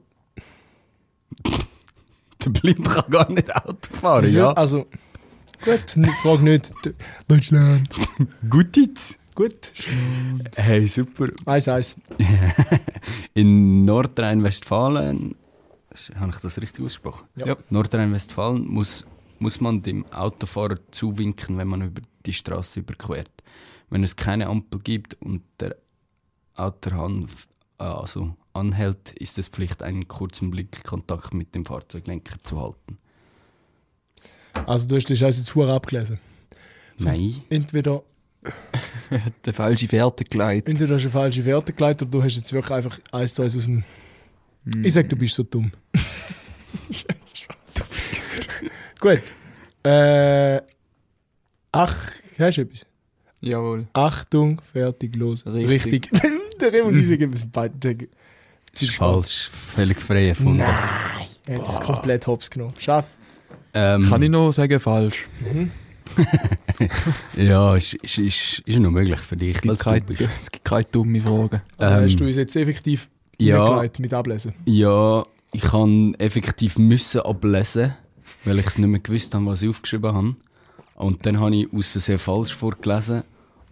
S3: Der Blind kann gar nicht Auto fahren,
S1: wieso?
S3: ja.
S1: also gut, n- frag nicht. D- Deutschland.
S3: Gut jetzt.
S1: Gut.
S3: Hey, super.
S1: Eins, eins.
S3: In Nordrhein-Westfalen, habe ich das richtig ausgesprochen?
S1: Ja.
S2: Ja.
S3: Nordrhein-Westfalen muss, muss man dem Autofahrer zuwinken, wenn man über die Straße überquert. Wenn es keine Ampel gibt und der Autohahn also anhält, ist es Pflicht, einen kurzen Blick Kontakt mit dem Fahrzeuglenker zu halten.
S1: Also du hast den Scheiß jetzt hure abgelesen.
S3: Nein.
S1: Entweder,
S2: Der falsche Fährte geleitet.
S1: entweder hast du eine falsche Werte geleitet oder du hast jetzt wirklich einfach eins zu eins aus dem...
S2: Hm.
S1: Ich sag, du bist so dumm. du bist. Gut. Äh, ach, hast du etwas?
S2: Jawohl.
S1: Achtung, fertig, los.
S2: Richtig.
S1: der Remo und ich sagen, wir sind beide... der-
S3: Das ist falsch. Völlig frei erfunden.
S1: Er hat das komplett hops genommen. Schade.
S3: Ähm,
S2: Kann ich noch sagen, falsch?
S3: Ja, ist, ist, ist, ist nur möglich für dich,
S2: Es
S3: weil
S2: gibt,
S3: du
S2: keine,
S3: bist.
S2: es gibt keine dumme Fragen.
S1: Also
S3: Ähm,
S1: hast du uns jetzt effektiv
S3: ja.
S1: ja. mit Ablesen.
S3: Ja, ich kann effektiv müssen ablesen, weil ich es nicht mehr gewusst habe, was ich aufgeschrieben habe. Und dann habe ich aus Versehen falsch vorgelesen.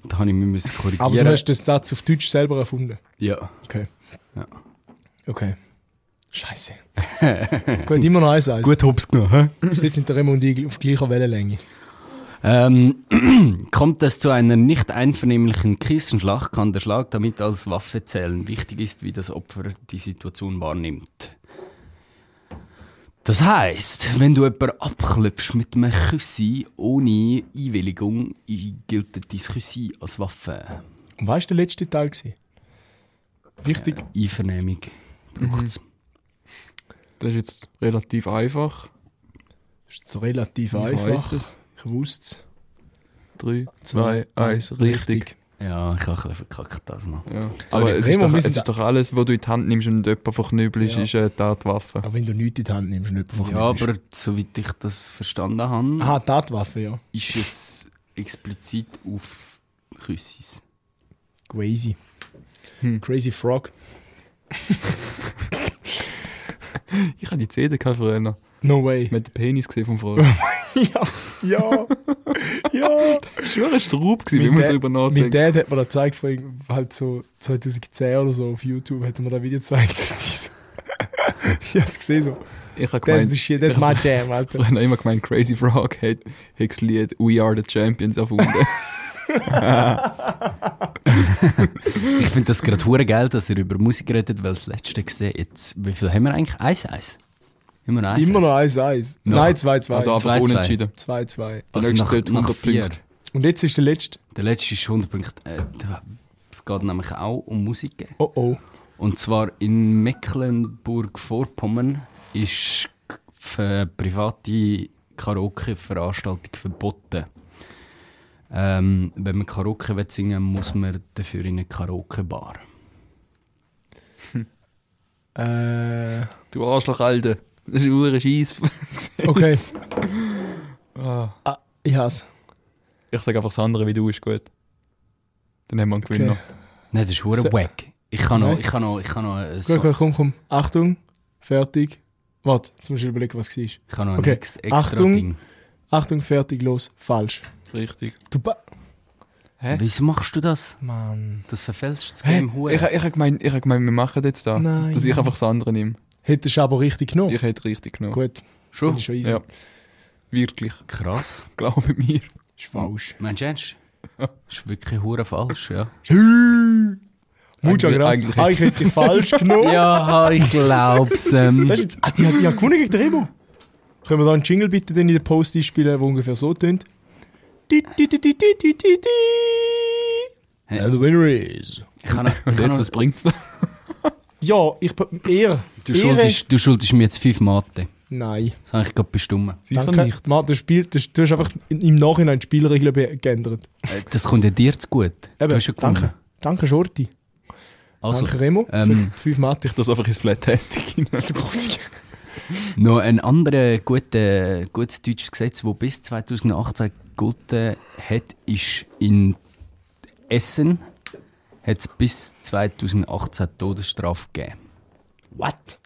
S3: Da habe ich mich müssen korrigieren.
S1: Aber du hast den Satz auf Deutsch selber erfunden.
S3: ja.
S1: Okay.
S3: Ja.
S1: Okay. Scheiße. Gut, immer noch eins eins.
S3: Gut hops genommen, hä?
S1: Jetzt sind der Raymond und ich auf gleicher Wellenlänge.
S3: Ähm, kommt es zu einer nicht einvernehmlichen Kissenschlacht, kann der Schlag damit als Waffe zählen. Wichtig ist, wie das Opfer die Situation wahrnimmt. Das heißt, wenn du jemanden abklopfst mit einem Küssi ohne Einwilligung, gilt dein Küssi als Waffe.
S1: Und weißt du, der letzte Teil war? Wichtig.
S3: Einvernehmung braucht's.
S2: Das ist jetzt relativ einfach.
S1: Ist so relativ
S2: weiss
S1: einfach.
S2: es.
S1: Ich wusste es.
S2: 3, 2, 1, richtig.
S3: Ja, ich habe ein bisschen verkackt das noch.
S2: Ja. Aber es ist,
S1: Remo,
S2: doch,
S1: wir
S2: es
S1: sind
S2: ist doch alles, was du in die Hand nimmst und jemanden verknübelst, ist äh, da die Waffe.
S1: Aber wenn du nichts in die Hand nimmst, nicht einfach
S3: Ja, aber soweit ich das verstanden habe,
S1: Aha, Tatwaffe, ja.
S3: ist es explizit auf Küssis.
S1: Crazy. Crazy Frog.
S2: Ich habe die CD gehabt früher. Man
S1: No way.
S2: hat den Penis gesehen vom Vorher.
S1: ja, ja, ja.
S2: Das war schon ein Straub, gewesen, wenn man darüber
S1: Mit
S2: nachdenkt.
S1: Dad hat mir das gezeigt, von irgend- halt so 2010 oder so auf YouTube hat er mir das Video gezeigt. ich hab's gesehen so.
S2: Ich habe
S1: Das
S2: gemeint,
S1: ist shit, das ist mein Jam, Alter.
S2: ich habe immer gemeint, Crazy Frog hat, hat das Lied We Are the Champions erfunden.
S3: Ich finde das gerade hure geil, dass ihr über Musik redet, weil das letzte gesehen jetzt. Wie viel haben wir eigentlich? 1-1. Immer noch 1
S1: Immer noch 1-1.
S3: Noch.
S1: Nein, 2-2.
S2: also einfach
S3: zwei, zwei.
S2: unentschieden.
S1: 2-2.
S2: Der
S3: Also
S2: nächste
S3: nach,
S2: hat
S3: nach
S2: 100
S3: vier.
S2: Punkte.
S1: Und jetzt ist der letzte.
S3: Der letzte ist 100 Punkte. Äh, da- es geht nämlich auch um Musik.
S1: Oh oh.
S3: Und zwar in Mecklenburg-Vorpommern ist für private Karaoke-Veranstaltung verboten. Ähm, wenn man Karaoke will singen muss man dafür in eine Karaoke-Bar.
S1: Äh,
S2: Du Arschloch, Alter. Das ist ein Scheiß.
S1: okay.
S2: Ah.
S1: ich hasse.
S2: Ich sage einfach das andere, wie du ist gut. Dann haben wir einen Gewinner.
S3: Nein, das ist hure
S1: So-
S3: wack. Ich kann noch,
S1: Nein.
S3: ich kann noch, ich kann noch, äh, einen
S1: Gut,
S3: Song-
S1: gut, komm, komm. Achtung. Fertig. Warte, jetzt musst du überlegen, was war.
S3: ich kann noch
S1: Okay.
S3: ein ex extra
S1: Achtung.
S3: Ding.
S1: Achtung, fertig, los. Falsch.
S2: Richtig.
S1: Du ba
S2: Hä?
S3: Wieso machst du das?
S1: Mann.
S3: Das verfälscht das
S2: Hä?
S3: Game
S2: Ich, ich,
S3: hey,
S2: habe gemeint, ich habe gemeint, wir machen jetzt da.
S1: Nein.
S2: Dass ich einfach das andere nehme.
S1: Hättest du aber richtig genommen.
S2: Ich hätte richtig genommen.
S1: Gut, das
S3: Schon?
S1: ist schon easy.
S2: Ja. Wirklich.
S3: Krass.
S2: Glaube mir.
S1: Ist falsch.
S3: Meinst du ernst? Das ist wirklich hure falsch, ja.
S1: Mucha
S2: Eigentlich-
S1: gracias.
S2: eigentlich
S1: Ah, ich hätte dich falsch genommen.
S3: ja, ich glaub's. Ähm.
S1: Oh! Das ist jetzt, ah, die hat die hat gewonnen gegen den Remo. Können wir da einen Jingle bitte dann in den Post einspielen, der ungefähr so tönt? Di, di, di, di, di, di, di, di.
S3: Hä?
S1: And the winner is...
S3: Ich kann noch, ich
S2: Und
S3: kann
S2: jetzt,
S3: noch,
S2: was bringt's da?
S1: Ja, ich... Er.
S3: du, schuldest, du schuldest mir jetzt fünf Mate.
S1: Nein.
S3: Das habe ich gerade bestimmt.
S2: Sicher
S1: Danke.
S2: nicht.
S1: Mann, das Spiel, das, du hast einfach im Nachhinein die Spielregeln be- geändert.
S3: Äh, Das kommt ja dir zu gut. du hast ja gewonnen.
S1: danke. Danke, Shorty.
S3: Also,
S1: danke, Remo.
S3: ähm,
S1: für die fünf Mate.
S2: Ich das einfach ins Flat-Testing rein. Du Grusig.
S3: noch ein anderes gute, gutes deutsches Gesetz, das bis 2018 gegolten hat, ist in Essen hat es bis 2018 Todesstrafe gegeben.
S1: What?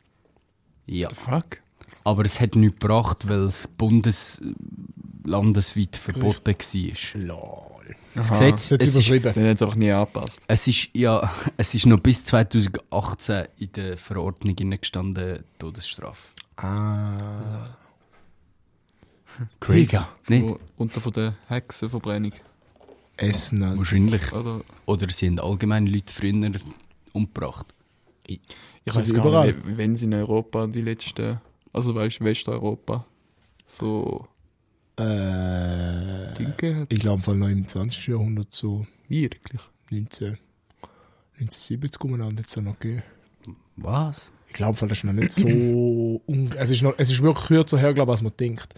S3: Ja.
S2: Fuck.
S3: Aber es hat nichts gebracht, weil es bundes landesweit verboten war.
S1: Lol.
S3: Das
S2: Aha.
S3: Gesetz,
S1: Das hat
S3: es,
S1: es
S3: ist,
S1: überschrieben.
S2: Den hat es einfach nie angepasst.
S3: es, ist, ja, es ist noch bis 2018 in der Verordnung hinein gestanden, Todesstrafe.
S1: Ah.
S3: Mega. Nicht?
S2: Wo- Unter von der Hexenverbrennung.
S1: Essen. Alter.
S3: Wahrscheinlich.
S2: Oder?
S3: Oder sie haben allgemein Leute früher umgebracht.
S2: Ich
S1: So
S2: weiß
S1: wie
S2: gar
S1: überall.
S2: nicht, wenn es in Europa die letzten. Also weißt du, Westeuropa. So.
S1: Äh,
S2: Dinge hat.
S1: ich glaube, vor allem im 20. Jahrhundert so
S2: Wirklich.
S1: 19, 1970 umeinander hat es noch gegeben.
S3: Was?
S1: Ich glaube, das ist noch nicht so. un- es, ist noch, es ist wirklich kürzer her, glaube als man denkt.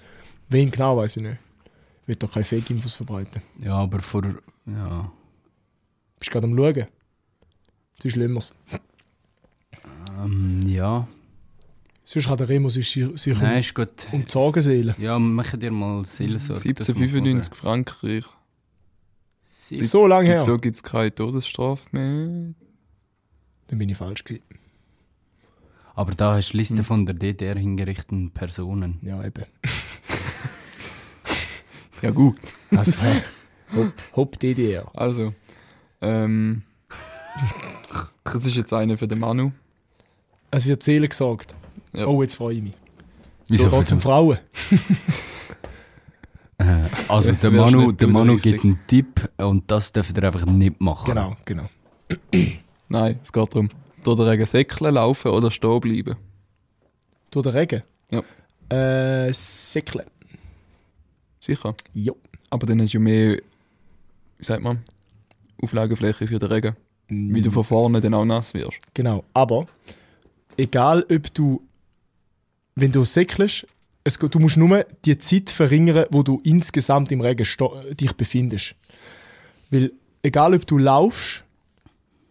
S1: Wen genau weiß ich nicht. Ich will doch keine Fake-Infos verbreiten.
S3: Ja, aber vor. Ja.
S1: Bist gerade am Schauen? Sonst lassen wir's.
S3: Ähm, ja.
S1: Sonst kann der Remo sich, sich
S3: Nein, ist gut.
S1: um, um die Sorgen seelen.
S3: Ja, machen dir mal Seelensorge. dass wir von der-
S2: 1795 Frankreich.
S3: Sieb-
S1: So lange her.
S2: Da gibt es keine Todesstrafe mehr.
S1: Dann bin ich falsch gewesen.
S3: Aber da hast du Liste von der DDR hingerichteten Personen.
S1: Ja, eben.
S2: Ja, gut.
S1: Also, hä? hopp, hopp die Idee, ja.
S2: Also, ähm. Das ist jetzt eine für den Manu.
S1: Also, ich habe Zählen gesagt.
S2: Ja.
S1: Oh, jetzt freue ich mich. So geht zum Frauen.
S3: Äh, also der
S2: wärst
S3: Manu,
S2: nicht
S3: der
S2: du der
S3: Manu
S2: Richtige.
S3: gibt einen Tipp und das dürft ihr einfach nicht machen.
S1: Genau, genau.
S2: Nein, es geht darum. Durch den Regen säckeln, laufen oder stehen bleiben.
S1: Durch den Regen.
S2: Ja.
S1: Äh, Säckle.
S2: Sicher.
S1: Jo.
S2: Aber dann hast du mehr, wie sagt man, Auflagefläche für den Regen. Weil
S1: Mhm.
S2: du von vorne dann auch nass wirst.
S1: Genau. Aber, egal ob du, wenn du säckelst, es, geht- du musst nur die Zeit verringern, wo du insgesamt im Regen sto- dich befindest. Weil, egal ob du laufst,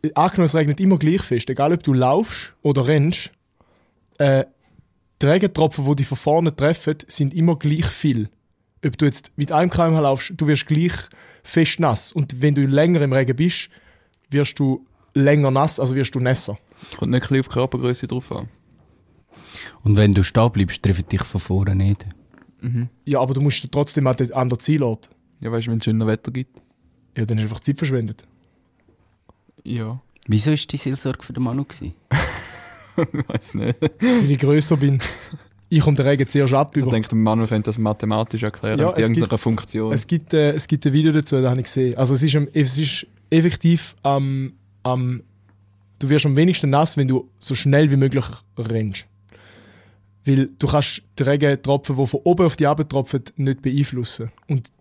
S1: äh, angenommen, es regnet immer gleich fest, egal ob du laufst oder rennst, äh, die Regentropfen, die dich von vorne treffen, sind immer gleich viel. Ob du jetzt mit einem kmh laufst, du wirst gleich fest nass. Und wenn du länger im Regen bist, wirst du länger nass, also wirst du nässer.
S2: Kommt nicht ein bisschen auf die Körpergröße drauf an.
S3: Und wenn du stehen bleibst, treffen dich von vorne nicht.
S1: Ja, aber du musst trotzdem an den an den Zielort.
S2: Ja, weißt du, wenn es schöner Wetter gibt?
S1: Ja, dann hast du einfach Zeit verschwendet.
S2: Ja.
S3: Wieso war die Seelsorge für den Manu? Gewesen?
S2: Weiß nicht.
S1: Weil ich grösser bin, ich komme den Regen zuerst ab.
S2: Ich
S1: Über.
S2: denke, der Manu könnte das mathematisch erklären
S1: Ja,
S2: mit
S1: es
S2: irgendeiner
S1: gibt-
S2: Funktion.
S1: Es gibt, äh, es gibt ein Video dazu, das habe ich gesehen. Also es ist, am- es ist effektiv am, am... Du wirst am wenigsten nass, wenn du so schnell wie möglich rennst. Weil du kannst die Regentropfen, die von oben auf die Abend tropfen, nicht beeinflussen. Und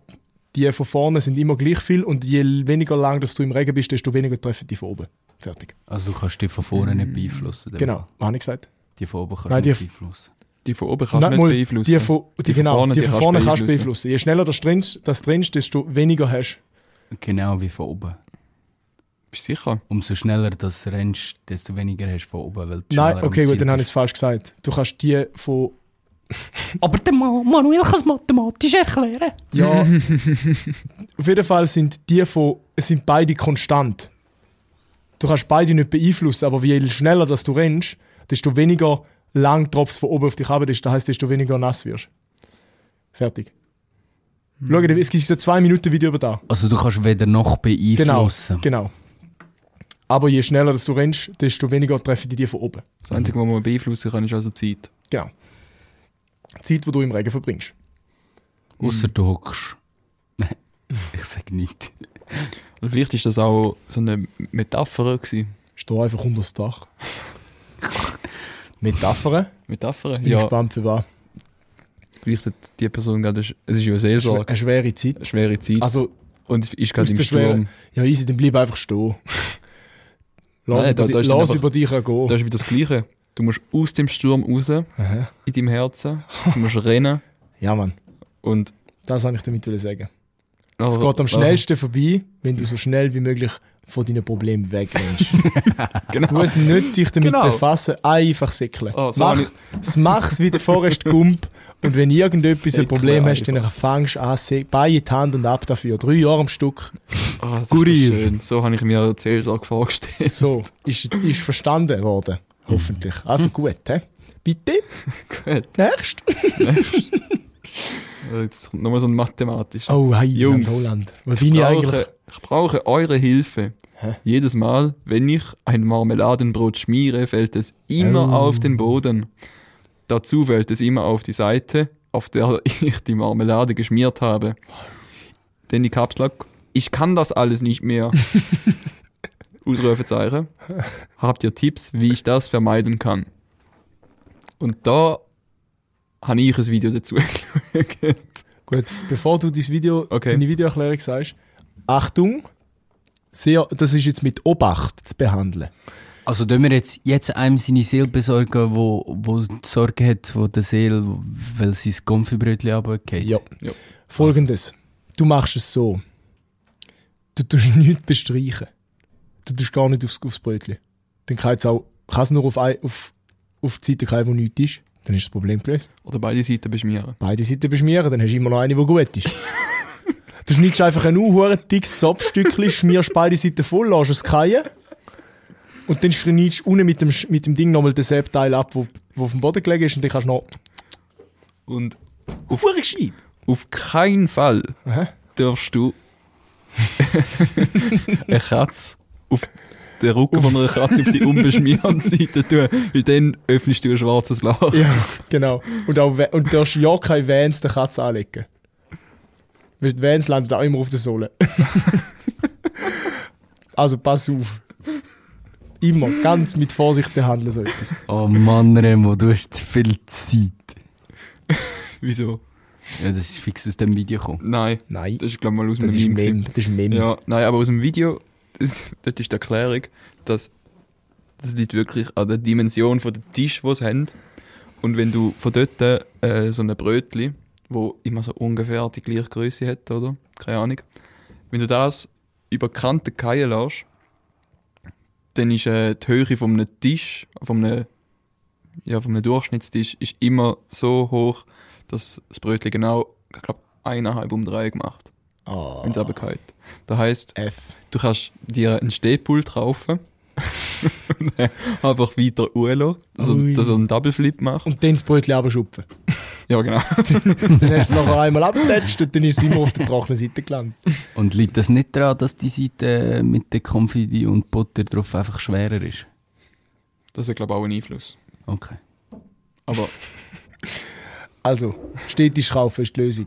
S1: die von vorne sind immer gleich viel und je weniger lang dass du im Regen bist, desto weniger treffen die von oben. Fertig.
S3: Also du kannst die von vorne nicht beeinflussen. in dem
S1: Genau,
S3: Fall.
S1: was habe ich gesagt?
S3: Die von oben kannst
S1: Nein,
S3: du nicht
S1: die-
S3: beeinflussen.
S2: die von oben kannst du nicht
S1: mal,
S2: beeinflussen.
S1: Die von, die,
S2: Die von
S1: genau,
S2: vorne,
S1: die
S2: die
S1: von
S2: kannst
S1: vorne
S2: du
S1: kannst du
S2: beeinflussen.
S1: beeinflussen. Je schneller das trennst, das trennst desto weniger hast
S3: Genau wie von oben.
S2: Bist du sicher?
S3: Umso schneller das rennst, desto weniger hast du von oben. Weil du
S1: du. Nein,
S3: schneller am
S1: okay,
S3: Ziel
S1: gut, dann habe ich
S3: bist.
S1: es falsch gesagt. Du kannst die von.
S3: Aber der Ma Manuel kann es mathematisch erklären.
S1: Ja. auf jeden Fall sind die von. Es sind beide konstant. Du kannst beide nicht beeinflussen, aber je schneller dass du rennst, desto weniger lang Drops von oben auf dich runter ist. Das heisst, desto weniger nass wirst. Fertig. Schau, es gibt so ein zwei Minuten Video über das.
S3: Also du kannst weder noch
S1: Genau,
S3: beeinflussen.
S1: genau. Aber je schneller dass du rennst, desto weniger treffen die dir von oben.
S2: Das Einzige, was man beeinflussen kann, ist also die Zeit.
S1: Genau. Die Zeit, die du im Regen verbringst.
S3: Außer du hockst. ich sag nicht.
S2: Oder vielleicht ist das auch so eine Metapher gewesen.
S1: Steh einfach unter das Dach. Metapheren?
S2: Metapher?
S1: Bin ich
S2: Ja,
S1: gespannt, für was.
S2: vielleicht hat die Person gerade, es ist ja eine
S1: Schwe-
S2: Seelsorge,
S1: Eine schwere Zeit.
S2: eine schwere Zeit
S1: Also,
S2: und ist
S1: aus
S2: gerade im
S1: der
S2: Sturm.
S1: schweren. Ja, easy, dann bleib einfach stehen. Lass,
S2: Nein,
S1: über,
S2: da- da
S1: di
S2: ist dann
S1: lass
S2: einfach-
S1: über dich gehen.
S2: Da ist wieder das Gleiche. Du musst aus dem Sturm raus, in deinem Herzen. Du musst rennen
S1: Ja, Mann.
S2: und... Ah,
S1: Das wollte ich damit wollen sagen. Es
S2: Es
S1: geht am schnellsten vorbei, wenn du so schnell wie möglich von deinen Problemen wegrennst.
S2: Genau.
S1: Du musst nicht dich damit
S2: Genau.
S1: befassen, einfach säckeln.
S2: Oh, so
S1: mach,
S2: habe
S1: mach's wie der Forrest Gump und wenn irgendetwas ein
S2: Säckeln
S1: Problem hast, dann fangst du an, sä- beide die Hand und ab dafür. Drei Jahre am Stück.
S2: Oh, das ist doch
S3: Kurier.
S2: schön. So habe ich mir die Seelsorge vorgestellt.
S1: So, ist, ist verstanden worden. Hoffentlich.
S2: Hm.
S1: Also gut, hä? Bitte,
S2: Gut.
S1: nächst.
S2: Also Jetzt kommt nochmal so ein mathematischer.
S1: Oh, hey,
S2: Jungs.
S1: Jungs. Holland. Wo bin ich eigentlich?
S2: brauche, ich brauche eure Hilfe. Jedes Mal, wenn ich ein Marmeladenbrot schmiere, fällt es immer auf den Boden. Dazu fällt es immer auf die Seite, auf der ich die Marmelade geschmiert habe. Denn die Kapslock, ich kann das alles nicht mehr. Ausrufezeichen. Habt ihr Tipps, wie ich das vermeiden kann? Und da habe ich ein Video dazu geschaut.
S1: Gut, bevor du dein Video,
S2: Okay.
S1: deine Videoerklärung sagst, Achtung, sehr, das ist jetzt mit Obacht zu behandeln.
S3: Also tun wir jetzt, jetzt einem seine Seele besorgen, wo, wo die Sorge hat von der Seele, weil sie das Gumpfbrötchen runtergeht.
S1: Ja.
S2: Ja.
S1: Folgendes. Du machst es so. Du tust nichts bestreichen. Du tust gar nicht aufs, aufs Brötchen. Dann kann es auch, kann es nur auf, ein, auf, auf die Seite gehen, wo nichts ist. Dann ist das Problem gelöst.
S2: Oder beide Seiten beschmieren.
S1: Beide Seiten beschmieren, dann hast du immer noch eine, die gut ist. du schneidest einfach ein unhuren dickes Zopfstückchen, schmierst beide Seiten voll, lässt es keinen. Und dann schneidest du unten mit dem, Sch- mit dem Ding nochmal den Seppteil ab, wo, wo auf dem Boden gelegen ist und dann kannst du noch...
S2: Und
S1: Auf gescheit!
S2: auf keinen Fall darfst du eine Katze auf den Rücken von einer Katze auf die unbeschmierte Seite tun, weil dann öffnest du ein schwarzes Loch.
S1: Ja, genau. Und, auch, We- und du darfst ja keine Vans der Katze anlegen. Weil die Vans landen auch immer auf der Sohle. also pass auf. Immer ganz mit Vorsicht behandeln so etwas.
S3: Oh Mann, Remo, du hast zu viel Zeit.
S2: Wieso?
S3: Ja, das ist fix aus dem Video gekommen.
S2: Nein.
S1: Nein,
S2: Das ist, glaube ich, mal aus
S1: das
S2: einem
S1: ist ein
S2: Meme.
S1: Meme.
S2: gewesen.
S1: Das ist ein Meme.
S2: Ja, nein, aber aus dem Video, das, das ist die Erklärung, dass das liegt wirklich an der Dimension von dem Tisch, den sie haben. Und wenn du von dort äh, so ein Brötchen, wo immer so ungefähr die gleiche Größe hat, oder? Keine Ahnung. Wenn du das über die Kante fallen lässt, dann ist äh, die Höhe von einem Tisch, von einem, ja, von einem Durchschnittstisch, ist immer so hoch, dass das Brötchen genau, ich glaube, eineinhalb um drei gemacht
S1: Ah,
S2: wenn es runtergeht. Das heisst, äh,
S1: F.
S2: du kannst dir einen Stehpult kaufen und dann einfach weiter urlo, also,
S1: Ui.
S2: dass er einen Double Flip macht.
S1: Und dann das Brötchen abschupfen.
S2: Ja, genau.
S1: Dann hast du es noch einmal abgetatscht und dann ist es immer auf der trockenen Seite gelandet.
S3: Und liegt das nicht daran, dass die Seite mit der Konfiti und Butter drauf einfach schwerer ist?
S2: Das ist, glaube ich, auch ein Einfluss.
S3: Okay.
S2: Aber
S1: Also, stetisch kaufen ist die Lösung.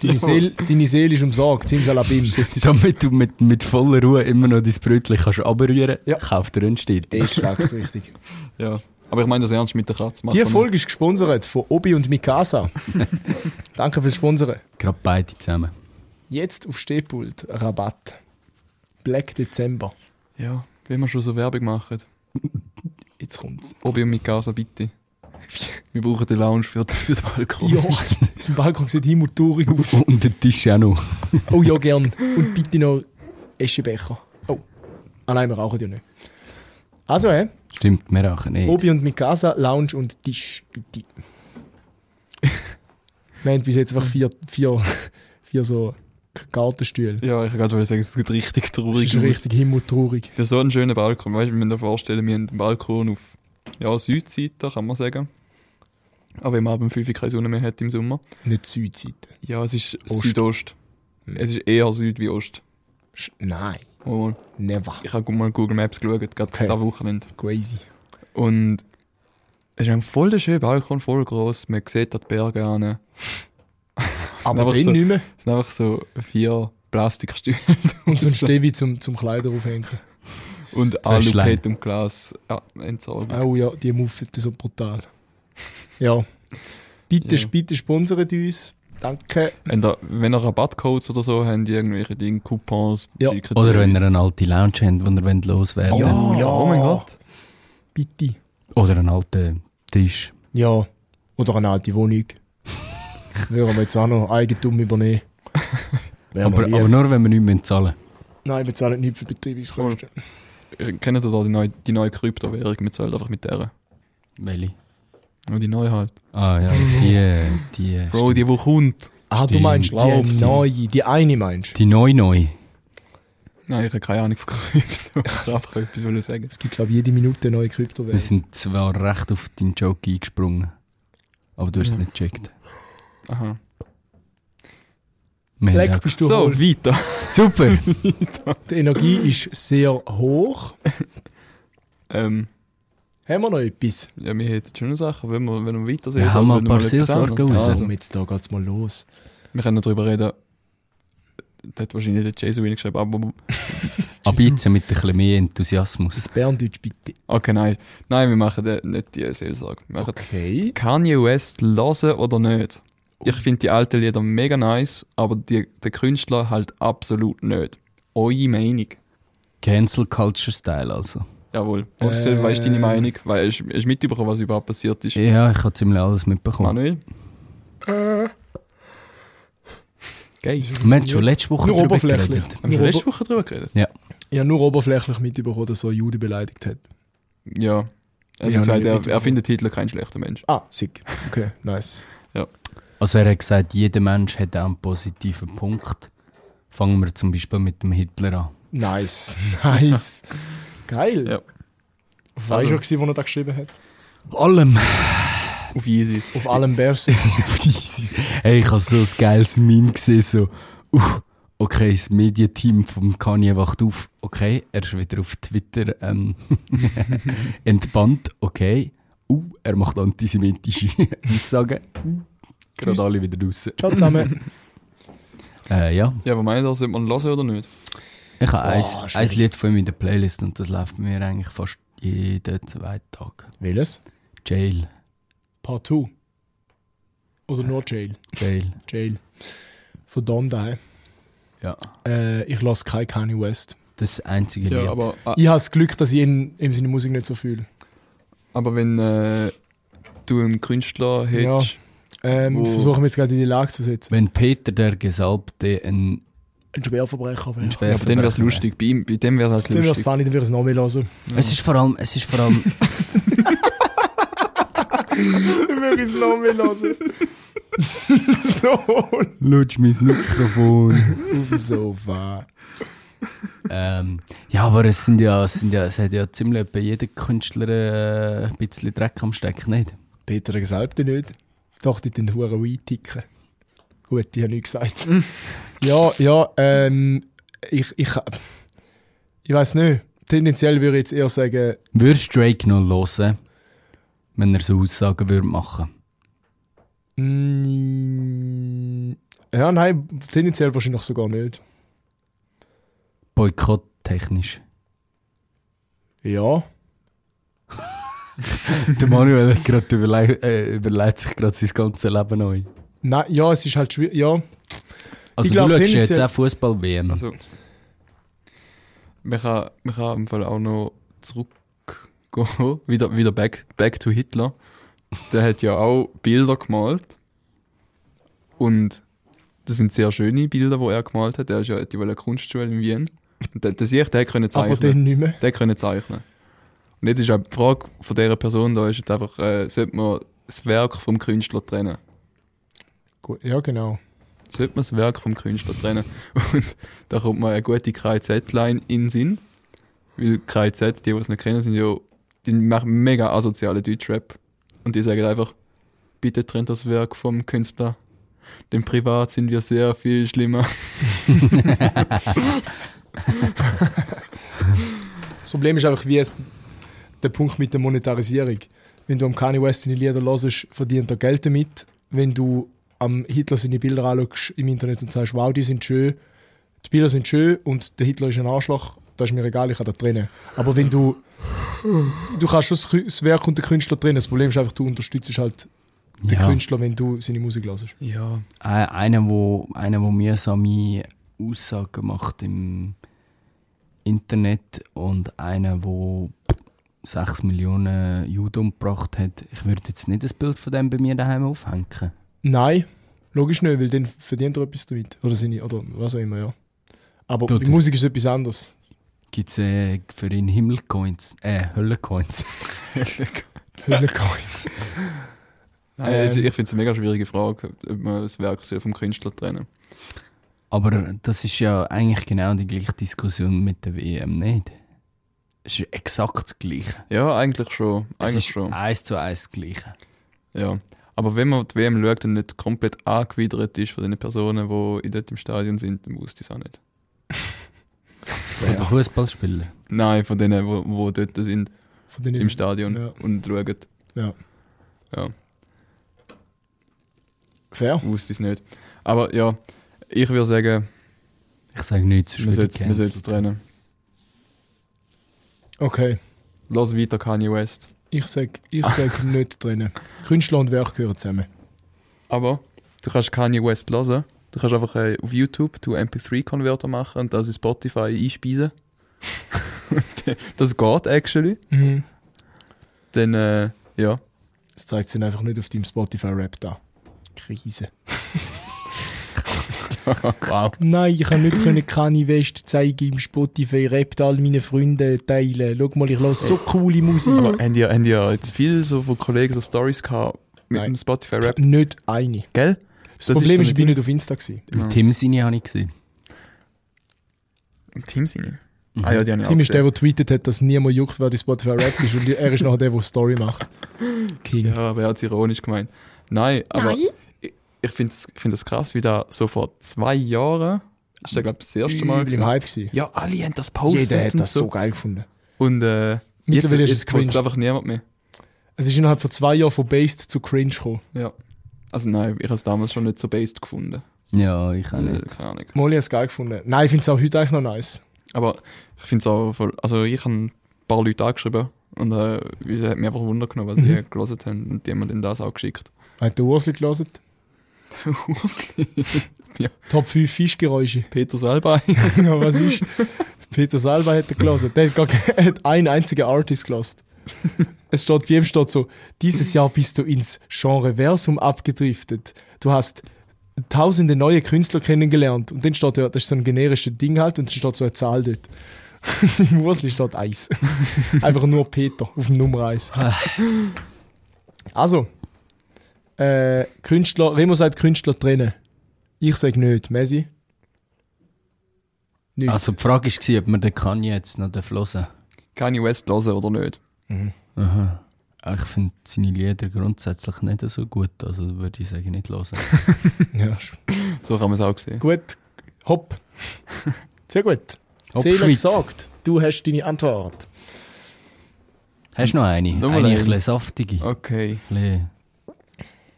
S1: Deine Seele, deine Seele ist umsorgt, Simsalabim.
S3: Damit du mit, mit voller Ruhe immer noch dein Brötchen kannst abrühren,
S1: Ja.
S3: kauf dir einen Stift.
S1: Exakt, richtig.
S2: ja. Aber ich meine das ernst mit der Katze. macht
S1: Die
S2: man
S1: Folge ist gesponsert von Obi und Mikasa. Danke fürs Sponsoren.
S3: Gerade beide zusammen.
S1: Jetzt auf Stehpult Rabatt. Black Dezember.
S2: nicht. Ja, wenn wir schon so Werbung machen.
S1: Jetzt kommt's.
S2: Obi und Mikasa, bitte. Wir brauchen den Lounge für, für den Balkon.
S1: Ja, unser Balkon sieht immer traurig aus.
S3: Und der Tisch auch noch.
S1: Oh ja, gern. Und bitte noch Eschenbecher. Oh. Ah nein, wir rauchen ja nicht. Also, hä?
S3: Stimmt, wir rauchen eh. nicht.
S1: Obi und Mikasa, Lounge und Tisch, bitte. wir haben bis jetzt einfach vier, vier, vier so Gartenstühle.
S2: Ja, ich wollte gerade sagen, es sieht richtig
S1: Das
S2: traurig
S1: ist
S2: aus.
S1: richtig himmeltraurig.
S2: Für so einen schönen Balkon, weißt du, wenn wir uns vorstellen, wir haben einen Balkon auf ja, Südseite, kann man sagen. Aber wenn man ab dem 5 Uhr keine Sonne mehr hat im Sommer.
S1: Nicht Südseite.
S2: Ja, es ist
S1: Ost.
S2: Südost. Es ist eher Süd wie Ost.
S1: Sch- Nein,
S2: Oh,
S1: never.
S2: ich habe mal Google Maps geschaut, gerade
S1: Okay.
S2: okay. Wochenende.
S1: Crazy.
S2: Und es ist ein voll der schöne Balkon, voll gross. Man sieht da die Berge an.
S1: Aber
S2: einfach
S1: drin
S2: so-
S1: nicht mehr.
S2: Es sind einfach so vier Plastikstühle
S1: Und so ein Stevi zum, zum Kleider aufhängen.
S2: und
S3: Zwei Schleim.
S2: Alupet und Glas ja, entsorgt.
S1: Oh ja, die muffen so brutal. Ja. Bitte,
S2: Ja.
S1: bitte sponsert uns. Danke.
S2: Wenn ihr, wenn ihr Rabattcodes oder so habt, irgendwelche Dinge, Coupons,
S1: Ja.
S2: schickt
S3: Oder wenn
S2: uns.
S3: ihr eine alte Lounge habt, die ihr wollt loswerden
S1: Ja.
S3: wollt.
S1: Ja.
S2: oh mein Gott.
S1: Bitte.
S3: Oder einen alten Tisch.
S1: Ja. Oder eine alte Wohnung. Würden wir jetzt auch noch Eigentum übernehmen. Wären wir
S3: Aber,
S1: lieb.
S3: aber nur, wenn wir nicht mehr zahlen
S1: Nein, wir zahlen nicht für Betriebskosten.
S2: Äh, Kennt ihr da die neue, die neue Kryptowährung? Wir zahlen einfach mit der.
S3: müssen. Welche?
S2: Nur die neue halt.
S3: Ah ja, die, die,
S2: Bro, die, die kommt.
S1: Ah, du
S3: Stimmt.
S1: meinst
S2: Glaub's.
S1: die neue, die eine meinst du?
S3: die neu neu.
S2: Nein, ich habe keine Ahnung von Krypto. Ich wollte einfach etwas wollen sagen.
S1: Es gibt, glaube ich, jede Minute eine neue
S3: Wir
S1: Kryptowährung.
S3: sind zwar recht auf deinen Joke eingesprungen, aber du hast es nicht gecheckt.
S2: Aha.
S3: Wir haben
S1: Leck,
S3: auch-
S1: bist du
S2: So,
S1: hohl.
S2: weiter.
S3: Super!
S1: Die Energie ist sehr hoch.
S2: Ähm,
S1: Haben wir noch etwas?
S2: ja, wir hätten schöne Sachen. Wenn wir, wenn wir weiter
S3: Wir haben
S2: sollen
S3: mal ein
S2: noch
S3: paar
S2: etwas
S3: Seelsorgen
S2: anderes.
S3: raus.
S2: Also,
S1: jetzt da geht's mal los.
S2: wir können noch darüber reden. Das hat wahrscheinlich der Jason wenig geschrieben, aber...
S3: Aber jetzt mit ein bisschen mehr Enthusiasmus.
S1: Berndeutsch bitte.
S2: Okay, nein. Nein, wir machen äh, nicht die Seelsorge. Wir machen
S1: Okay.
S2: Kanye West hören oder nicht. Ich finde die alten Lieder mega nice, aber die, der Künstler halt absolut nicht. Eure Meinung.
S3: Cancel Culture Style also.
S2: Jawohl. Marcel,
S1: Ähm.
S2: weißt du deine Meinung? Weil hast hast du mitbekommen, was überhaupt passiert ist?
S3: Ja, ich habe ziemlich alles mitbekommen.
S2: Manuel? Geil.
S3: Wir haben schon letzte Woche
S1: Nur
S3: drüber
S1: oberflächlich.
S3: geredet.
S2: Haben
S1: Nur
S2: wir schon letzte Woche drüber geredet?
S3: Ja.
S1: Ich habe nur oberflächlich mitbekommen, dass er Juden beleidigt hat.
S2: Ja. Er hat
S1: Ja,
S2: gesagt,
S1: nicht
S2: er, er
S1: mitbekommen.
S2: findet Hitler kein schlechter Mensch.
S1: Ah, sick. Okay, nice.
S3: Also er hat gesagt, jeder Mensch hat auch einen positiven Punkt. Fangen wir zum Beispiel mit dem Hitler an.
S1: Nice, nice. Geil.
S2: Ja.
S1: Auf also, war schon, wo er da geschrieben hat.
S3: Allem.
S2: Auf Isis.
S1: Auf allem Berse.
S3: hey, ich habe so ein geiles Meme gesehen, so, uh, okay, das Medienteam von Kanye wacht auf, okay, er ist wieder auf Twitter ähm, entbannt, okay, uh, er macht antisemitische Aussagen, gerade alle wieder draussen.
S1: Ciao zusammen.
S3: Äh, ja,
S2: Ja, aber meint ihr, sollte man hören oder nicht?
S3: ich habe
S4: Boah,
S3: ein, ein
S4: schwierig.
S3: Lied von ihm in der Playlist und das läuft bei mir eigentlich fast jeden zweiten Tag.
S1: Welches?
S3: Jail,
S1: Part 2. Oder nur Jail.
S3: Jail,
S1: Jail. Von Dondai.
S3: ja.
S1: Äh, ich lasse kein Kanye West.
S3: Das einzige
S2: Ja,
S3: Lied.
S2: aber, äh,
S1: Ich habe das Glück, dass ich ihn, ihm seine Musik nicht so fühle.
S2: aber wenn äh, du einen Künstler hättest,
S1: Ähm,
S2: Wo-
S1: Versuchen wir jetzt gerade in die Lage zu setzen.
S3: Wenn Peter der Gesalbte ein
S1: Ein Schwerverbrecher wäre.
S2: ja,
S3: Schwerverbrecher
S2: bei dem wäre es
S3: wäre.
S2: lustig, bei, ihm, bei dem wäre es halt
S1: Dann wäre es
S2: lustig.
S1: funny, dann würde ich es noch mehr hören.
S3: Es ist vor allem, es ist vor allem,
S1: Dann würde ich es noch mehr hören. so.
S3: lutsch mein Mikrofon.
S1: Auf dem Sofa.
S3: ähm, ja, aber es sind ja, es sind ja, es hat ja ziemlich bei jedem Künstler äh, ein bisschen Dreck am Stecken, nicht?
S1: Peter Gesalbte nicht. Doch, die den Huren einticken. Gut, die haben nichts gesagt. ja, ja, ähm, ich, ich, ich weiß nicht. Tendenziell würde ich jetzt eher sagen,
S3: Würdest du Drake noch hören, wenn er so Aussagen würde machen?
S1: mm, ja, nein, tendenziell wahrscheinlich sogar nicht.
S3: Boykott technisch.
S1: Ja.
S3: Der Manuel hat gerade überlegt, äh, überlegt sich gerade sein ganzes Leben neu.
S1: Nein, ja, es ist halt schwierig. Ja,
S3: Also
S1: Ich glaub,
S3: du schaust
S1: tendenziell-
S3: jetzt auch Fußball-WM.
S2: Also, man kann, man kann im Fall auch noch zurückgehen, wieder, wieder back, back to Hitler. Der hat ja auch Bilder gemalt. Und das sind sehr schöne Bilder, die er gemalt hat. Er ist ja hat ja eine Kunstschule in Wien. Und der, der sehe ich, der können zeichnen.
S1: aber dann nicht mehr.
S2: Der können zeichnen. Und jetzt ist auch die Frage von dieser Person da, ist jetzt einfach, äh, sollte man das Werk vom Künstler trennen?
S1: Gut, ja, genau.
S2: sollte man das Werk vom Künstler trennen. Und da kommt mal eine gute KZ-Line in den Sinn. Weil KZ, die, die es nicht kennen, sind ja, die machen mega asoziale Deutschrap. Und die sagen einfach, bitte trennt das Werk vom Künstler. Denn privat sind wir sehr viel schlimmer.
S1: Das Problem ist einfach, wie es der Punkt mit der Monetarisierung. Wenn du am Kanye West seine Lieder hörst, verdient er Geld damit. Wenn du am Hitler seine Bilder anschaust im Internet und sagst, wow, die sind schön, die Bilder sind schön und der Hitler ist ein Arschloch, das ist mir egal, ich kann da trennen. Aber wenn du. Du kannst schon das Kü- das Werk und den Künstler trennen. Das Problem ist einfach, du unterstützt halt den
S3: Ja.
S1: Künstler, wenn du seine Musik hörst.
S2: Ja.
S3: Äh, Einer, wo, einer, wo mühsame Aussagen macht im Internet und einer, wo 6 Millionen Juden umgebracht hat. Ich würde jetzt nicht das Bild von dem bei mir daheim aufhängen.
S1: Nein, logisch nicht, weil dann verdient er etwas damit. Oder, seine, oder was auch immer, ja. Aber
S3: Tut
S1: bei
S3: er.
S1: Musik ist es etwas anderes.
S3: Gibt es äh, für ihn Himmelcoins? Äh, Höllencoins.
S1: Höllencoins.
S2: Nein, also
S1: Ähm.
S2: ich finde es eine mega schwierige Frage, ob man das Werk soll vom Künstler trennen
S3: Aber das ist ja eigentlich genau die gleiche Diskussion mit der WM, nicht? Es ist exakt das Gleiche.
S2: Ja, eigentlich schon.
S3: Es
S2: Eigentlich
S3: ist
S2: schon.
S3: eins zu eins das Gleiche.
S2: Ja. Aber wenn man die WM schaut und nicht komplett angewidert ist von den Personen, die dort im Stadion sind, dann muss das auch nicht.
S3: Von den Fußballspielern.
S2: Nein, von denen, wo, wo dort sind
S1: Von den
S2: im Stadion
S1: Ja.
S2: und schauen.
S1: Ja.
S2: Ja,
S1: Fair.
S2: wusste ich es nicht. Aber ja, ich würde sagen,
S3: Ich sage nichts, sonst
S2: wir
S3: werde ich
S2: sollten es
S3: gecancelt.
S2: trennen.
S1: Okay.
S2: Los weiter Kanye West.
S1: Ich sag, ich sag nicht trennen. Künstler und Werk gehören zusammen.
S2: Aber du kannst Kanye West hören. Du kannst einfach äh, auf YouTube du MP3-Konverter machen und das in Spotify einspeisen. das geht actually. Dann, äh, ja.
S1: Das zeigt sich einfach nicht auf deinem Spotify-Rap da. Krise.
S2: wow.
S1: Nein, ich kann nicht können Kanye West zeigen im Spotify-Rap all meinen Freunden teilen. Schau mal, ich höre so coole Musik.
S2: Oh. Aber haben die, haben die ja jetzt viel so von Kollegen so Stories gehabt mit
S1: Nein.
S2: dem Spotify-Rap,
S1: Nicht eine.
S2: gell?
S1: Das,
S2: Das
S1: Problem ist,
S2: ist so
S1: ich bin
S2: ein
S1: nicht auf Insta. Gewesen.
S3: Im Tim seine habe ich gesehen.
S2: Im Team sind Ah ja, die habe ich
S1: Tim
S2: auch
S1: Mhm. ist der,
S2: gesehen.
S1: der tweetet hat, dass niemand juckt, wer die Spotify Rap ist. Und er ist nachher der, der Story macht. King.
S2: Ja, aber er hat es ironisch gemeint. Nein, aber ich, ich finde es find das krass, wie da so vor zwei Jahren, ist ja glaube ich das erste Mal.
S1: Übel im
S2: gewesen.
S1: Hype gewesen.
S2: Ja, alle haben das postet
S1: Jeder hat
S2: und
S1: das so geil gefunden.
S2: Und äh, jetzt,
S1: Mittlerweile ist
S2: jetzt
S1: es
S2: ist es
S1: cringe.
S2: einfach niemand mehr.
S1: Es ist innerhalb von zwei Jahren von Based zu Cringe gekommen.
S2: Ja. Also nein, ich habe es damals schon nicht so based gefunden.
S3: Ja, ich auch
S2: Äh,
S3: nicht.
S2: keine Ahnung.
S1: Molly hat es geil gefunden. Nein, ich finde es auch heute eigentlich noch nice.
S2: Aber ich finde es auch voll, also ich habe ein paar Leute angeschrieben und äh, es hat mich einfach Wunder genommen, was
S1: Mhm.
S2: die gelesen haben und die haben mir dann das auch geschickt.
S1: Hat der Ursli gelesen?
S2: Ursli.
S1: Top 5 Fischgeräusche.
S2: Peter Salbei.
S1: ja, was ist? Peter Salva hat er gelesen. Der hat, gar, ke- er hat einen einzigen Artist gelesen. Es steht, bei ihm steht so, dieses Jahr bist du ins Genreversum abgedriftet. Du hast tausende neue Künstler kennengelernt. Und dann steht ja, das ist so ein generisches Ding halt, und dann steht so eine Zahl dort. Im Ursli steht Eis. Einfach nur Peter auf dem Nummer 1. Also, äh, Künstler, Remo sagt Künstler trennen. Ich sage nicht. Messi? Nicht.
S3: Also die Frage war, ob man den Kanye jetzt noch hören
S2: Kanye West hören oder nicht.
S3: Aha. Ich finde seine Lieder grundsätzlich nicht so gut, also würde ich sagen, nicht hören.
S1: Ja, ist
S2: So kann man es auch sehen.
S1: Gut, hopp. Sehr gut.
S3: Hopp,
S1: Seele
S3: Schweiz.
S1: gesagt, du hast deine Antwort.
S3: Hast du noch eine?
S2: Nur
S3: eine Ah.
S2: eine.
S3: ein bisschen saftige.
S2: Okay.
S3: Ein bisschen-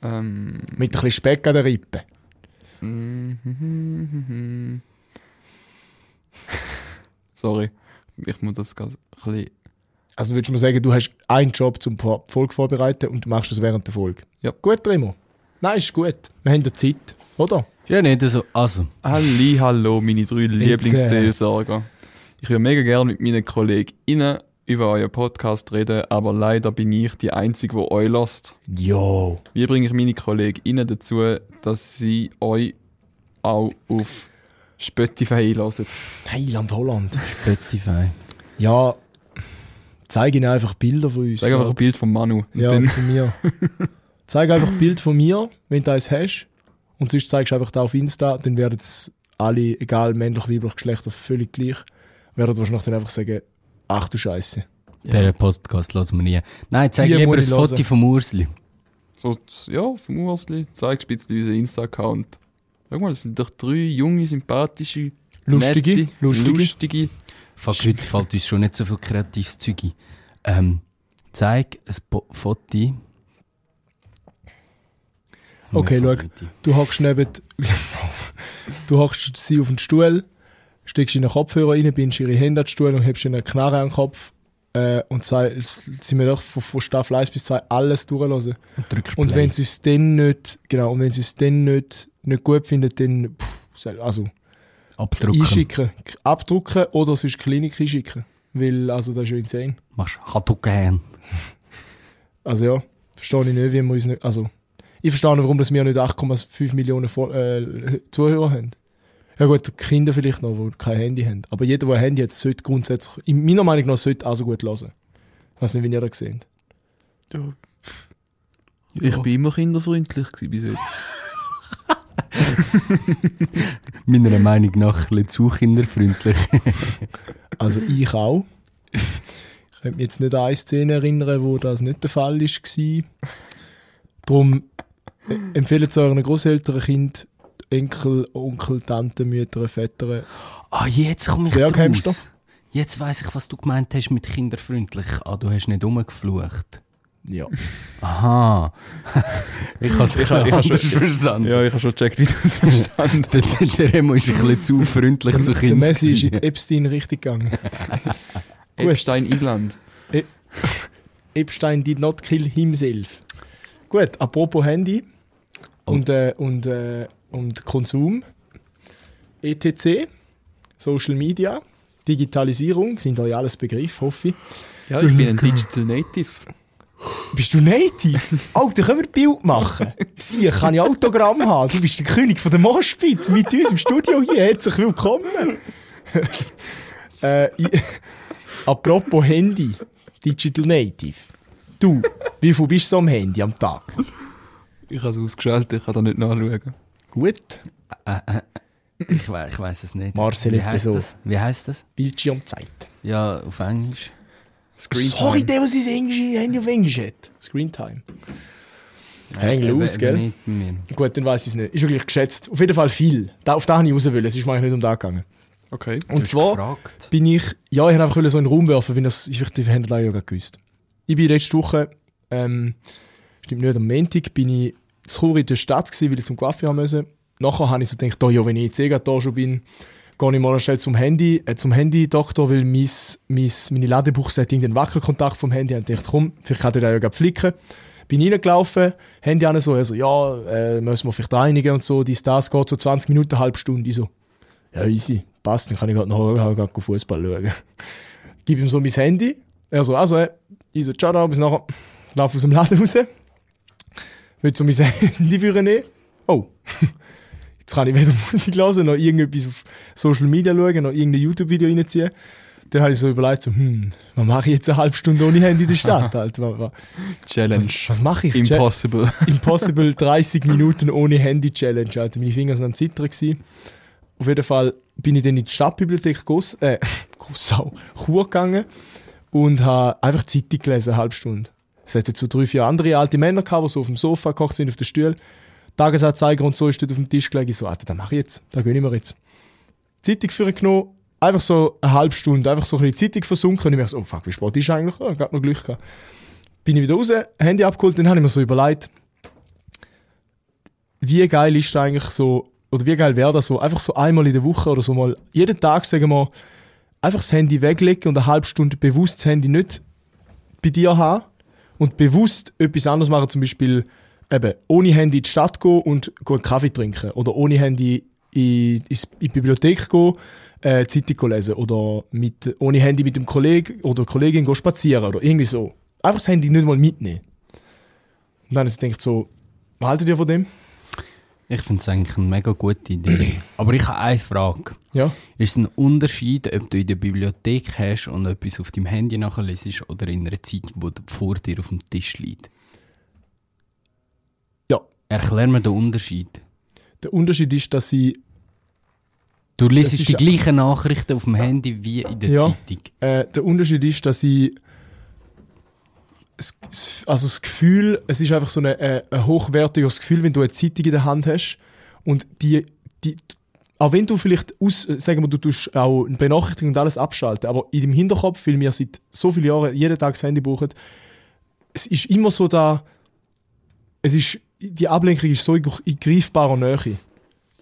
S2: Ähm,
S1: Mit ein bisschen Speck an der Rippe.
S2: sorry. Ich muss das gerade ein bisschen.
S1: Also würdest du mir sagen, du hast einen Job zum Vor- Volk vorbereiten und du machst das während der Folge.
S2: Ja.
S1: Gut, Remo. Nein, ist gut. Wir haben ja Zeit, oder?
S3: Ist Ja, nicht so. Also,
S2: Halli, hallo, meine drei Lieblingsseelsorger. Ich würde mega gerne mit meinen KollegInnen über euren Podcast reden, aber leider bin ich die Einzige, die euch lasst.
S1: Jo.
S2: Wie bringe ich meine KollegInnen dazu, dass sie euch auch auf Spotify hören?
S1: Thailand, Holland.
S3: Spotify.
S1: Ja, zeig ihnen einfach Bilder von uns.
S2: Sag einfach ein Bild von Manu. Und
S1: Ja,
S2: dann,
S1: von mir. zeig einfach Bild von mir, wenn du eins hast. Und sonst zeigst du einfach da auf Insta, dann werden es alle, egal männlich, weiblich, Geschlechter, völlig gleich, werden wahrscheinlich dann einfach sagen, ach du Scheiße.
S3: Der Podcast hören wir nie. Nein, zeig
S1: Die
S3: lieber
S1: muss
S3: ein
S1: ich hören.
S3: Foto vom Ursli.
S2: so, ja, vom Ursli, zeigst du bitte unseren Insta-Account. Schau mal, das sind doch drei junge, sympathische,
S1: Lustige,
S2: nette,
S1: lustige.
S2: lustige
S3: Fuck, heute fällt uns schon nicht so viel kreatives Zeug ein. Ähm, zeig ein po Foto.
S1: Okay,
S3: Mir
S1: schau,
S3: fällt nicht ein.
S1: du hockst neben, du hockst sie auf den Stuhl, steckst ihnen Kopfhörer rein, bindest ihre Hände an den Stuhl und hebst ihnen eine Knarre an den Kopf. Äh, und sei, sind wir doch von, von Staffel 1 bis 2 alles durchlassen.
S3: Drückst
S1: Und
S3: Play.
S1: wenn sie es dann nicht, genau, und wenn sie es dann nicht, nicht gut finden, dann, pff, soll- also,
S3: Abdrucken.
S1: einschicken, k- abdrucken oder sonst Klinik einschicken. Weil, also, das ist ja insane.
S3: Machst Hadouken.
S1: Also, ja, verstehe ich nicht, wie wir uns nicht, also, ich verstehe nicht, warum dass wir nicht 8,5 Millionen Fol äh, Zuhörer haben. Ja gut, die Kinder vielleicht noch, die kein Handy haben. Aber jeder, der ein Handy hat, sollte grundsätzlich, in meiner Meinung nach, sollte auch so gut hören. Ich weiß nicht, wie ihr das seht.
S2: Ich bin immer kinderfreundlich gewesen bis jetzt.
S3: Meiner Meinung nach ein bisschen zu kinderfreundlich.
S1: Also ich auch. Ich könnte mich jetzt nicht an eine Szene erinnern, wo das nicht der Fall war. Darum äh, empfehle zu euren Großeltern, Kind, Enkel, Onkel, Tanten, Mütter, Väter.
S3: Ah, jetzt komme ich
S1: Zwerghamster.
S3: draus. Jetzt weiss ich, was du gemeint hast mit kinderfreundlich. Ah, du hast nicht rumgeflucht.
S1: Ja.
S3: Aha. ich habe es
S2: Ich hab- ich hab schon-
S3: anders verstanden.
S2: ja, ich habe schon gecheckt, wie du es verstanden
S3: Der, der, der Remo ist ein bisschen zu freundlich zu
S1: Der
S3: Kindern.
S1: Messi ist in
S3: gewesen.
S1: die Epstein-Richtung gegangen.
S2: hast. Epstein Island.
S1: Epstein did not kill himself. Gut, apropos Handy und, äh, und, äh, und Konsum, ETC, Social Media, Digitalisierung, sind euch alles Begriff, hoffe ich.
S2: Ja, ich bin ein Digital Native.
S1: Bist du native? Oh, dann können wir Bild machen. Sie kann ich Autogramm haben. Du bist der König von der Moschpitz mit uns im Studio hier. Herzlich willkommen. äh, ich- apropos Handy, Digital Native. Du, wie viel bist du so am Handy am Tag?
S2: Ich habe es ausgeschaltet, ich kann da nicht nachschauen.
S1: Gut.
S3: Ich, we ich weiß es nicht.
S1: Marcel
S3: Wie heißt
S1: Episode.
S3: das? Wie heißt das?
S1: Bildschirmzeit.
S3: Ja, auf Englisch.
S2: Screen
S1: Sorry, der, der sein Englisch- Handy auf Englisch hat. Screentime. Hängen
S3: Eben-
S1: aus,
S3: eben
S1: gell?
S3: Nicht bei mir.
S1: Gut, dann weiß ich es nicht. Ist wirklich geschätzt. Auf jeden Fall viel. Da, auf das wollte ich raus, wollen, es ist mir eigentlich nicht um das gegangen.
S2: Okay.
S1: Und zwar
S3: Gefragt.
S1: bin ich, ja, ich wollte einfach so in den Raum werfen, weil das, ich die Händler ja gerade gewusst. Ich bin letzte Woche, ähm, stimmt nicht, am Montag bin ich zu Chur in der Stadt gewesen, weil ich zum Kaffee haben musste. Nachher habe ich so gedacht, oh, ja, wenn ich jetzt eh gerade da schon bin, gehe ich mal schnell zum Handy, äh, zum Handy-Doktor, weil mein, mein, meine Ladebuchse hat irgendeinen Wackelkontakt vom Handy. Und ich dachte, komm, vielleicht kann ich da ja gerade flicken. Bin reingelaufen, Handy an so, also, ja, äh, müssen wir vielleicht reinigen und so, dies, das, geht so 20 Minuten, eine halbe Stunde. Ich so, ja, easy, passt, dann kann ich halt gerade nachher grad Fußball schauen. Gib ihm so mein Handy. Er so, also, ey. ich so, ciao, ciao, bis nachher. Lauf aus dem Laden raus. Will so mein Handy führen nehmen. Oh, jetzt kann ich weder Musik hören, noch irgendetwas auf Social Media schauen, noch irgendein YouTube-Video reinziehen. Dann habe ich so überlegt, so, hm, was mache ich jetzt eine halbe Stunde ohne Handy in der Stadt? Halt, was, was,
S2: Challenge.
S1: was mache ich? Chat?
S2: Impossible.
S1: Impossible 30 Minuten ohne Handy-Challenge. Alter. Meine Finger sind am Zittern. Gewesen. Auf jeden Fall bin ich dann in die Stadtbibliothek Goss, äh, Gossau, Chur gegangen und habe einfach Zeitung gelesen, eine halbe Stunde. Es hatte so drei, vier andere alte Männer, gehabt, die so auf dem Sofa gekocht sind, auf dem Stuhl. Tagesanzeiger und so ist dort auf dem Tisch gelegen. Ich so, Alter, das mache ich jetzt. Da gönne ich mir jetzt. Zeitung für genommen, einfach so eine halbe Stunde, einfach so ein bisschen Zeitung versunken. Und ich merke so, oh fuck, wie spät ist eigentlich? Oh, gerade noch Glück gehabt. Bin ich wieder raus, Handy abgeholt, dann habe ich mir so überlegt, wie geil ist das eigentlich so, oder wie geil wäre das so, einfach so einmal in der Woche oder so mal, jeden Tag, sagen wir mal, einfach das Handy weglegen und eine halbe Stunde bewusst das Handy nicht bei dir haben und bewusst etwas anderes machen, zum Beispiel eben ohne Handy in die Stadt gehen und gut einen Kaffee trinken oder ohne Handy in, ins- in die Bibliothek gehen, äh, Zeitung lesen oder mit, ohne Handy mit dem Kollegen oder Kollegin gehen spazieren oder irgendwie so. Einfach das Handy nicht mal mitnehmen. Und dann denke ich so, was haltet ihr von dem?
S3: Ich finde es eigentlich eine mega gute Idee. Aber ich habe eine Frage.
S1: Ja.
S3: Ist es ein Unterschied, ob du in der Bibliothek hast und etwas auf deinem Handy nachlesest oder in einer Zeitung, wo d- vor dir auf dem Tisch liegt?
S1: Ja.
S3: Erklär mir den Unterschied.
S1: Der Unterschied ist, dass ich
S3: Du
S1: ist
S3: lesest die
S1: ja-
S3: gleichen Nachrichten auf dem Handy wie in der
S1: Ja.
S3: Zeitung.
S1: Äh, der Unterschied ist, dass ich es- es- also das Gefühl, es ist einfach so eine, äh, ein hochwertiges Gefühl, wenn du eine Zeitung in der Hand hast und die, die auch wenn du vielleicht aus, äh, sagen wir, du tust auch eine Benachrichtigung und alles abschalten, aber in dem Hinterkopf, weil wir seit so vielen Jahren jeden Tag das Handy brauchen, es ist immer so da, es ist, die Ablenkung ist so in, in greifbarer Nähe.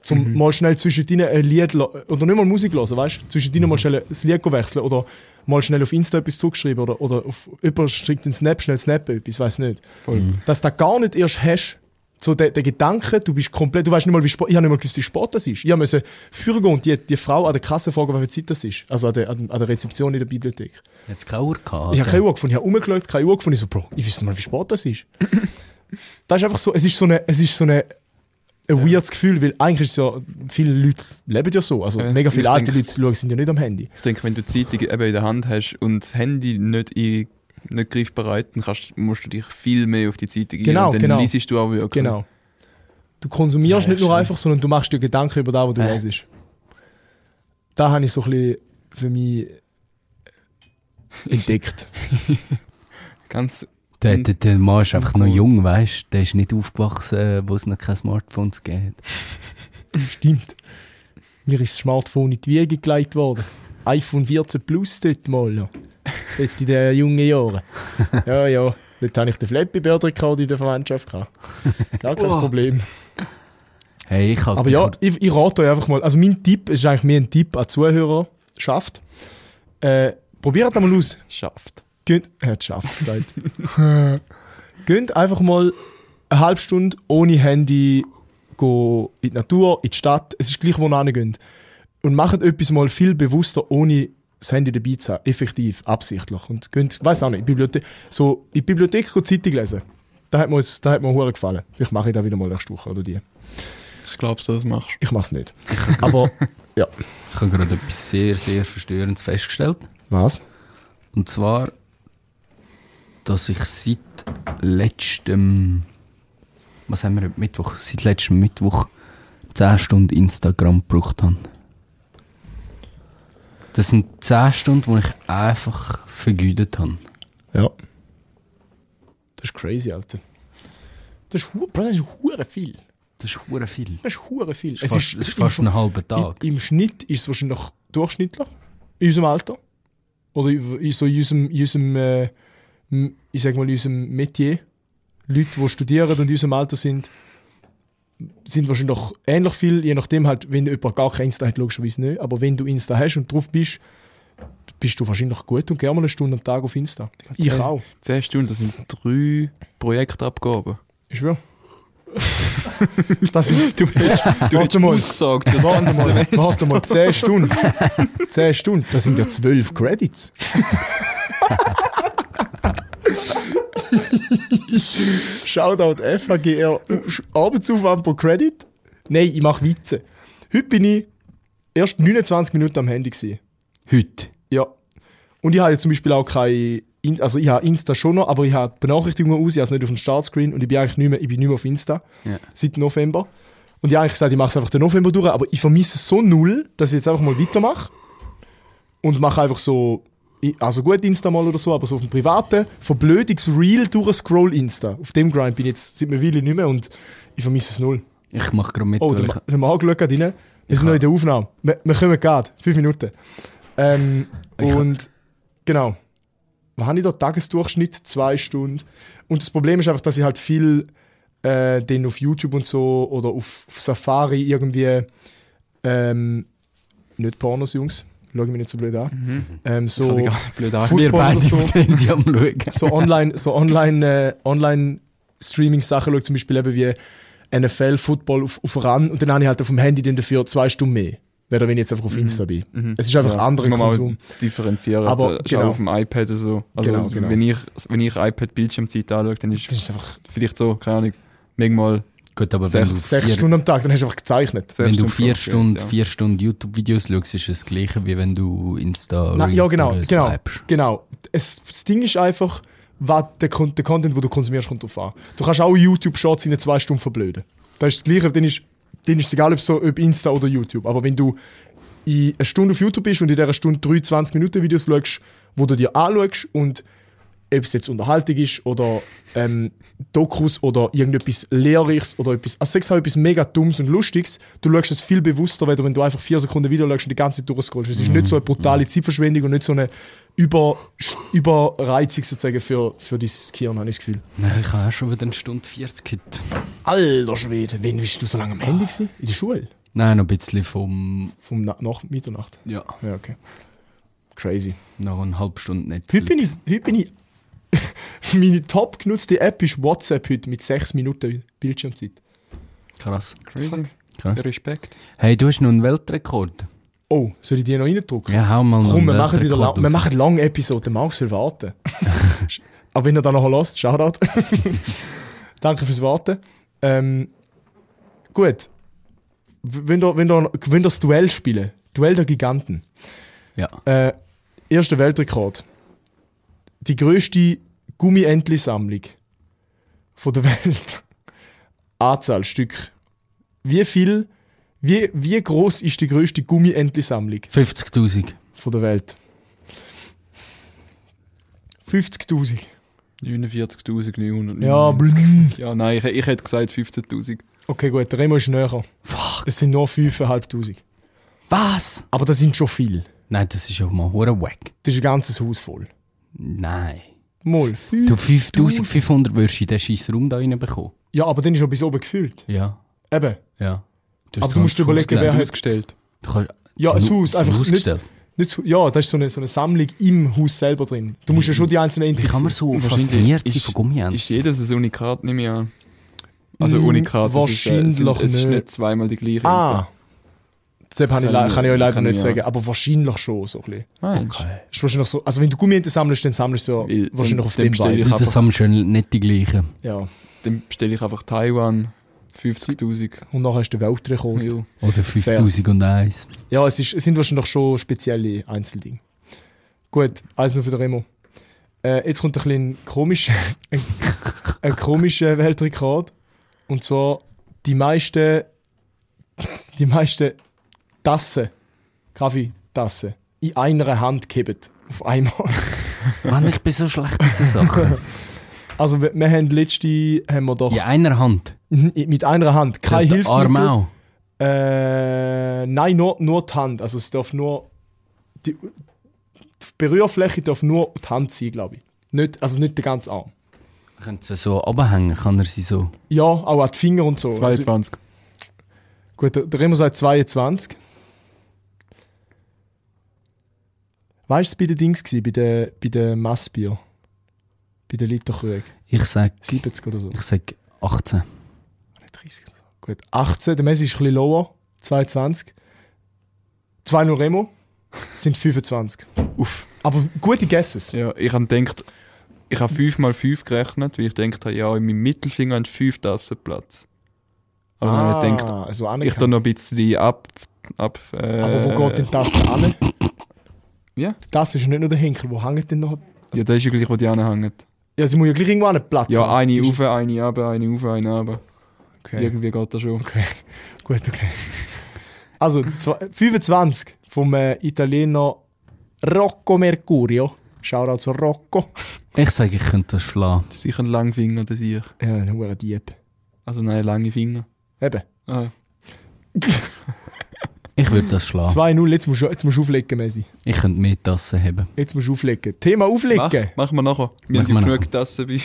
S1: Zum mal schnell zwischen deinen ein Lied lo- oder nicht mal Musik hören, weißt du? Zwischen deinen mal schnell das Lied wechseln oder mal schnell auf Insta etwas zugeschrieben oder, oder auf jemand schickt einen Snap, schnell snappen etwas, weiß nicht. Dass du das gar nicht erst hast, so der, der Gedanke, du bist komplett, du weißt nicht mal, wie Sport, ich habe nicht mal gewusst, wie Sport das ist. Ich musste führen gehen und die, die Frau an der Kasse fragen, welche Zeit das ist. Also an der, an der Rezeption in der Bibliothek.
S3: Jetzt keine Uhr gehabt.
S1: Ich habe keine Uhr gefunden, ich habe rumgeschaut, keine Uhr gefunden. Ich so, Bro, ich wüsste nicht mal, wie spät das ist. das ist einfach so, es ist so, eine, es ist so eine, ein weirdes Gefühl, weil eigentlich ist es ja, viele Leute leben ja so. Also
S2: Ja,
S1: mega viele
S2: ich
S1: alte
S2: denk-
S1: Leute schauen, sind ja nicht am Handy.
S2: Ich denke, wenn du die Zeitung eben in der Hand hast und das Handy nicht, in, nicht griffbereit, dann kannst, musst du dich viel mehr auf die Zeitung
S1: Genau,
S2: ein. Dann
S1: genau.
S2: liest du auch wirklich.
S1: Genau. Du konsumierst
S2: Ja,
S1: nicht nur
S2: stimmt. Äh.
S1: einfach, sondern du machst dir Gedanken über das, was du
S3: Ja.
S1: lesest. Da habe ich so ein bisschen für mich entdeckt.
S2: Ganz
S3: Der, der, der Mann ist einfach noch jung, weißt du? Der ist nicht aufgewachsen, äh, wo es noch keine Smartphones gab.
S1: Stimmt. Mir ist das Smartphone in die Wiege gelegt worden. iPhone 14 Plus dort mal noch. Dort in den jungen Jahren. Ja, ja. Dort hatte ich den Flappy Bird Rekord in der Verwandtschaft. Gehabt. Gar kein
S3: Wow.
S1: Problem.
S3: Hey, ich hatte
S1: Aber ja, ich, ich rate euch einfach mal. Also mein Tipp ist eigentlich mehr ein Tipp an Zuhörer. Schafft. Äh, probiert das mal aus.
S2: schafft.
S1: Geht, er hat schafft gesagt. Geht einfach mal eine halbe Stunde ohne Handy go in die Natur, in die Stadt. Es ist gleich, wo ihr hingeht. Und macht etwas mal viel bewusster, ohne das Handy dabei zu haben. Effektiv, absichtlich. Und geht, weiß auch nicht, in die Bibliothek, so in die Bibliothek go Zeitung lesen. Da hat mir, jetzt- da hat mir hure gefallen. Vielleicht mache ich da wieder mal nächste Woche oder die.
S2: Ich glaube, du das machst.
S1: Ich mache es nicht. Aber, ja.
S3: ich habe gerade etwas sehr, sehr Verstörendes festgestellt.
S1: Was?
S3: Und zwar, dass ich seit letztem, was haben wir heute Mittwoch? Seit letztem Mittwoch 10 Stunden Instagram gebraucht habe. Das sind 10 Stunden, die ich einfach vergeudet habe.
S1: Ja. Das ist crazy, Alter. Das ist, hu- Bro, das ist hure viel.
S3: Das ist hure viel.
S1: Das ist hure viel.
S3: Das ist fast, das ist fast einen halben Tag.
S1: Im, Im Schnitt ist es wahrscheinlich durchschnittlich in unserem Alter. Oder in, so in unserem, in unserem äh, m- ich sag mal, in unserem Metier. Leute, die studieren und in unserem Alter sind, sind wahrscheinlich ähnlich viel, je nachdem halt, wenn jemand gar kein Insta hat, logischerweise nicht. Aber wenn du Insta hast und drauf bist, bist du wahrscheinlich gut und gerne mal eine Stunde am Tag auf Insta. Ich auch.
S2: 10 Stunden, das sind drei Projektabgaben.
S1: Ich schwöre. das ist, du bist, du bist
S2: Ausgesagt, das
S1: Warte
S2: ganze
S1: mal,
S2: Semester.
S1: warte mal, 10 Stunden. 10 Stunden, das sind ja 12 Credits. Shoutout FAGR, Arbeitsaufwand pro Credit? Nein, ich mache Witze. Heute bin ich erst 29 Minuten am Handy. Gewesen.
S3: Heute.
S1: Ja. Und ich habe jetzt zum Beispiel auch keine. In also ich habe Insta schon noch, aber ich habe die Benachrichtigungen aus, ich habe es nicht auf dem Startscreen und ich bin eigentlich nicht mehr, ich bin nicht mehr auf Insta
S3: Ja.
S1: seit November. Und ich habe eigentlich gesagt, ich mache es einfach den November durch, aber ich vermisse es so null, dass ich jetzt einfach mal weitermache und mache einfach so, i- also gut Insta mal oder so, aber so auf dem privaten, verblödiges Reel durch Scroll Insta. Auf dem Grind bin ich jetzt seit einer Weile nicht mehr und ich vermisse es null.
S3: Ich mache gerade mit,
S1: Oh,
S3: weil
S1: der,
S3: ich,
S1: Ma- der Mann schaut gerade rein. Wir sind
S3: Ich
S1: noch in der Aufnahme. Wir, wir kommen gerade. Fünf Minuten. Ähm,
S3: Ich-
S1: und genau. Was habe ich da? Tagesdurchschnitt, zwei Stunden. Und das Problem ist einfach, dass ich halt viel äh, den auf YouTube und so oder auf, auf Safari irgendwie ähm, nicht Pornos, Jungs. Schau mich nicht so blöd an.
S3: Mhm.
S1: Ähm, so
S2: Ich hab dich gerade blöd an-
S1: Fußball
S3: wir beide
S1: oder so
S3: sind die am Schauen.
S1: so online, so online, äh, online Streaming-Sachen schaue, zum Beispiel eben wie NFL, Football auf, auf RAN und dann habe ich halt auf dem Handy dann dafür zwei Stunden mehr. Wäre wenn ich jetzt einfach auf Insta bin. Es ist einfach anderer
S2: Mhm. Das muss man
S1: Konsum.
S2: Mal differenzieren.
S1: Aber
S2: Aber
S1: genau.
S2: auf dem iPad so. Also
S1: Genau, genau.
S2: Wenn ich, wenn ich iPad-Bildschirmzeit anschaue, dann ist,
S1: Das ist einfach
S2: vielleicht so, keine Ahnung, manchmal
S3: Gut, aber wenn
S2: Sechs-
S3: du
S1: sechs
S3: vier-
S1: Stunden am Tag, dann hast du einfach gezeichnet.
S2: sechs
S3: wenn du vier
S2: Stunden
S3: Stunden,
S2: Schlaf,
S3: vier Stunden YouTube-Videos schaust, ist es das gleiche, wie wenn du Insta
S1: Nein, ja, genau,
S3: Reels
S1: genau,
S3: swipest.
S1: genau. Es, das Ding ist einfach, was der, Kon der Content, den du konsumierst, kommt drauf an. Du kannst auch YouTube-Shorts in zwei Stunden verblöden. Das ist das Gleiche, dann ist, dann ist es egal, ob, so, ob Insta oder YouTube. Aber wenn du in eine Stunde auf YouTube bist und in dieser Stunde 23 Minuten Videos schaust, wo du dir anschaust und ob es jetzt Unterhaltung ist oder ähm, Dokus oder irgendetwas Lehrreiches oder etwas, also sechs auch etwas mega Dummes und Lustiges, du schaust es viel bewusster, weil du, wenn du einfach vier Sekunden wieder schaust und die ganze Zeit durchscrollst. Es ist nicht so eine brutale Zeitverschwendung und nicht so eine Über, Überreizung sozusagen für, für dein Gehirn, habe ich das Gefühl.
S3: Nein, ich habe auch schon wieder eine Stunde 40 heute.
S1: Alter Schwede, wann bist du so lange am Handy gewesen? Ah. In der Schule?
S3: Nein, noch ein bisschen vom...
S1: Vom Na nach Mitternacht?
S3: Ja,
S1: Ja, okay. Crazy.
S3: noch eine halbe Stunde Netflix.
S1: Heute bin ich, heute bin ich meine top genutzte App ist WhatsApp heute mit 6 Minuten Bildschirmzeit.
S3: Krass.
S2: ja. Crazy.
S3: Krass.
S2: Respekt.
S3: Hey, du hast noch einen Weltrekord.
S1: Oh, soll ich die noch reindrücken?
S3: Ja, hau mal noch
S1: Komm, wir
S3: einen
S1: machen wieder
S3: Weltrekord
S1: lang, wir
S3: raus.
S1: machen lange Episoden, Max soll warten. Aber wenn ihr da noch lasst, Shoutout. Danke fürs Warten. Ähm, gut. W- Wenn ihr, wenn, ihr, wenn ihr das Duell spielen, Duell der Giganten.
S3: Ja.
S1: Äh, erster Weltrekord. Die grösste Gummientli-Sammlung von der Welt. Anzahl Stück. Wie viel, wie, wie groß ist die grösste Gummientli-Sammlung?
S3: 50'000.
S1: von der Welt. 50.000.
S2: 49.900.
S1: Ja, blum.
S2: Ja, nein, ich, ich hätte gesagt 15.000.
S1: Okay, gut, der Remo ist näher.
S3: Fuck.
S1: Es sind nur 5.500.
S3: Was?
S1: Aber das sind schon viel.
S3: Nein, das ist auch mal hure wack.
S1: Das ist ein ganzes Haus voll.
S3: Nein.
S1: Mal 5.
S3: Du 5500 würdest du in den scheiß Raum da reinbekommen.
S1: Ja, aber dann ist noch bis oben gefüllt.
S3: Ja.
S1: Eben.
S3: Ja. hast
S1: Aber
S3: so
S1: du musst
S3: ein Haus
S1: überlegen,
S3: gesehen.
S1: wer hat.
S2: Ausgestellt.
S3: Du kannst,
S1: Ja,
S3: das
S1: ein
S3: Nu-
S1: Haus,
S3: das
S1: einfach
S3: Haus
S1: nicht,
S3: gestellt.
S1: nicht. zu- Ja, das ist so eine, so eine Sammlung im Haus selber drin. Du musst ja schon die einzelnen
S3: Wie
S1: Entwicklungen.
S3: kann man so
S2: Wahrscheinlich
S3: fasziniert sein
S2: ist-
S3: von Gummienten?
S2: Ist jedes ein Unikat, nehme ich an. Also
S1: Mm,
S2: Unikat, das ist, äh, es sind-
S1: wahrscheinlich
S2: es ist
S1: nicht.
S2: nicht zweimal die gleiche.
S1: Ah! Das kann ich, le- kann ich euch leider
S2: Kann ich
S1: nicht
S2: ja.
S1: sagen, aber wahrscheinlich schon so ein bisschen.
S2: Okay.
S1: Ist wahrscheinlich so, also wenn du Gummienten sammelst, dann sammelst du ja
S2: Weil-
S1: wahrscheinlich
S2: dann-
S1: auf
S2: dann
S1: dem
S2: bestell
S1: Bein.
S2: ich-
S3: Du, das haben schon nicht die gleichen.
S1: Ja.
S2: Dann bestelle ich einfach Taiwan 50.000.
S1: Und nachher ist der Weltrekord.
S2: Ja.
S3: Oder 5001.
S1: Ja, es, ist, es sind wahrscheinlich schon spezielle Einzeldinge. Gut, alles nur für den Remo. Äh, jetzt kommt ein bisschen komischer, ein, ein komischer Weltrekord. Und zwar die meisten die meisten Tassen, Kaffeetassen, in einer Hand kippen. Auf einmal.
S3: Mann, ich bin so schlecht in so Sachen.
S1: Also wir, wir haben letzte, haben wir doch
S3: In einer Hand.
S1: mit einer Hand, kein
S3: Der Arm
S1: Hilfsmittel.
S3: auch.
S1: Äh, nein, nur, nur die Hand. Also es darf nur. Die, die Berührfläche darf nur die Hand sein, glaube ich. Nicht, also nicht der ganze Arm.
S3: Könnt sie so abhängen, kann er sie so.
S1: Ja, auch an die Finger und so. Also,
S2: 22.
S1: gut, der- der Remo sagt 22. Weißt du, bei den Dings gsi, bei den, bei den Massbier? Bei den Literkrügen?
S3: Ich sag,
S1: 70 oder so?
S3: ich sag 18.
S1: Nicht 30 oder so. Gut, 18, der Messi ist ein bisschen lower. 22. 2 nur Remo sind 25.
S2: Uff.
S1: Aber gute Guesses.
S2: Ja, ich habe gedacht, ich habe 5 mal 5 gerechnet, weil ich gedacht habe, ja, in meinem Mittelfinger haben 5 Tassen Platz. Aber dann habe ich gedacht,
S1: also
S2: ich da noch ein bisschen ab. ab äh,
S1: Aber wo geht denn die Tasse an?
S2: Ja,
S1: Die Tasse ist nicht nur der Henkel, wo hängt denn noch?
S2: ja das ist ja gleich, wo die anhängen.
S1: Ja, sie muss ja gleich irgendwo an den Platz
S2: Ja,
S1: haben.
S2: eine
S1: Die Also, ist-
S2: rauf, eine ab, eine rauf, eine ab.
S1: Okay.
S2: Irgendwie geht das schon.
S1: okay. Gut, okay. Also, zwa- 25 vom äh, Italiener Rocco Mercurio. Shoutout zu Rocco.
S3: Ich sag, ich könnte das schlagen.
S2: Das ist sicher ein langer Finger, das ich.
S1: Ja, ein hoher Dieb.
S2: Also nein, lange Finger.
S1: Eben.
S2: Ah,
S3: Ich würde das schlagen.
S1: 2-0, jetzt musst du jetzt musst du auflegen, Messi.
S3: Ich könnte mehr Tassen haben.
S1: Jetzt musst du auflegen. Thema auflegen.
S2: mach, machen wir nachher. Wir
S3: Machen
S2: haben ja
S3: wir
S2: genug Tassen bei.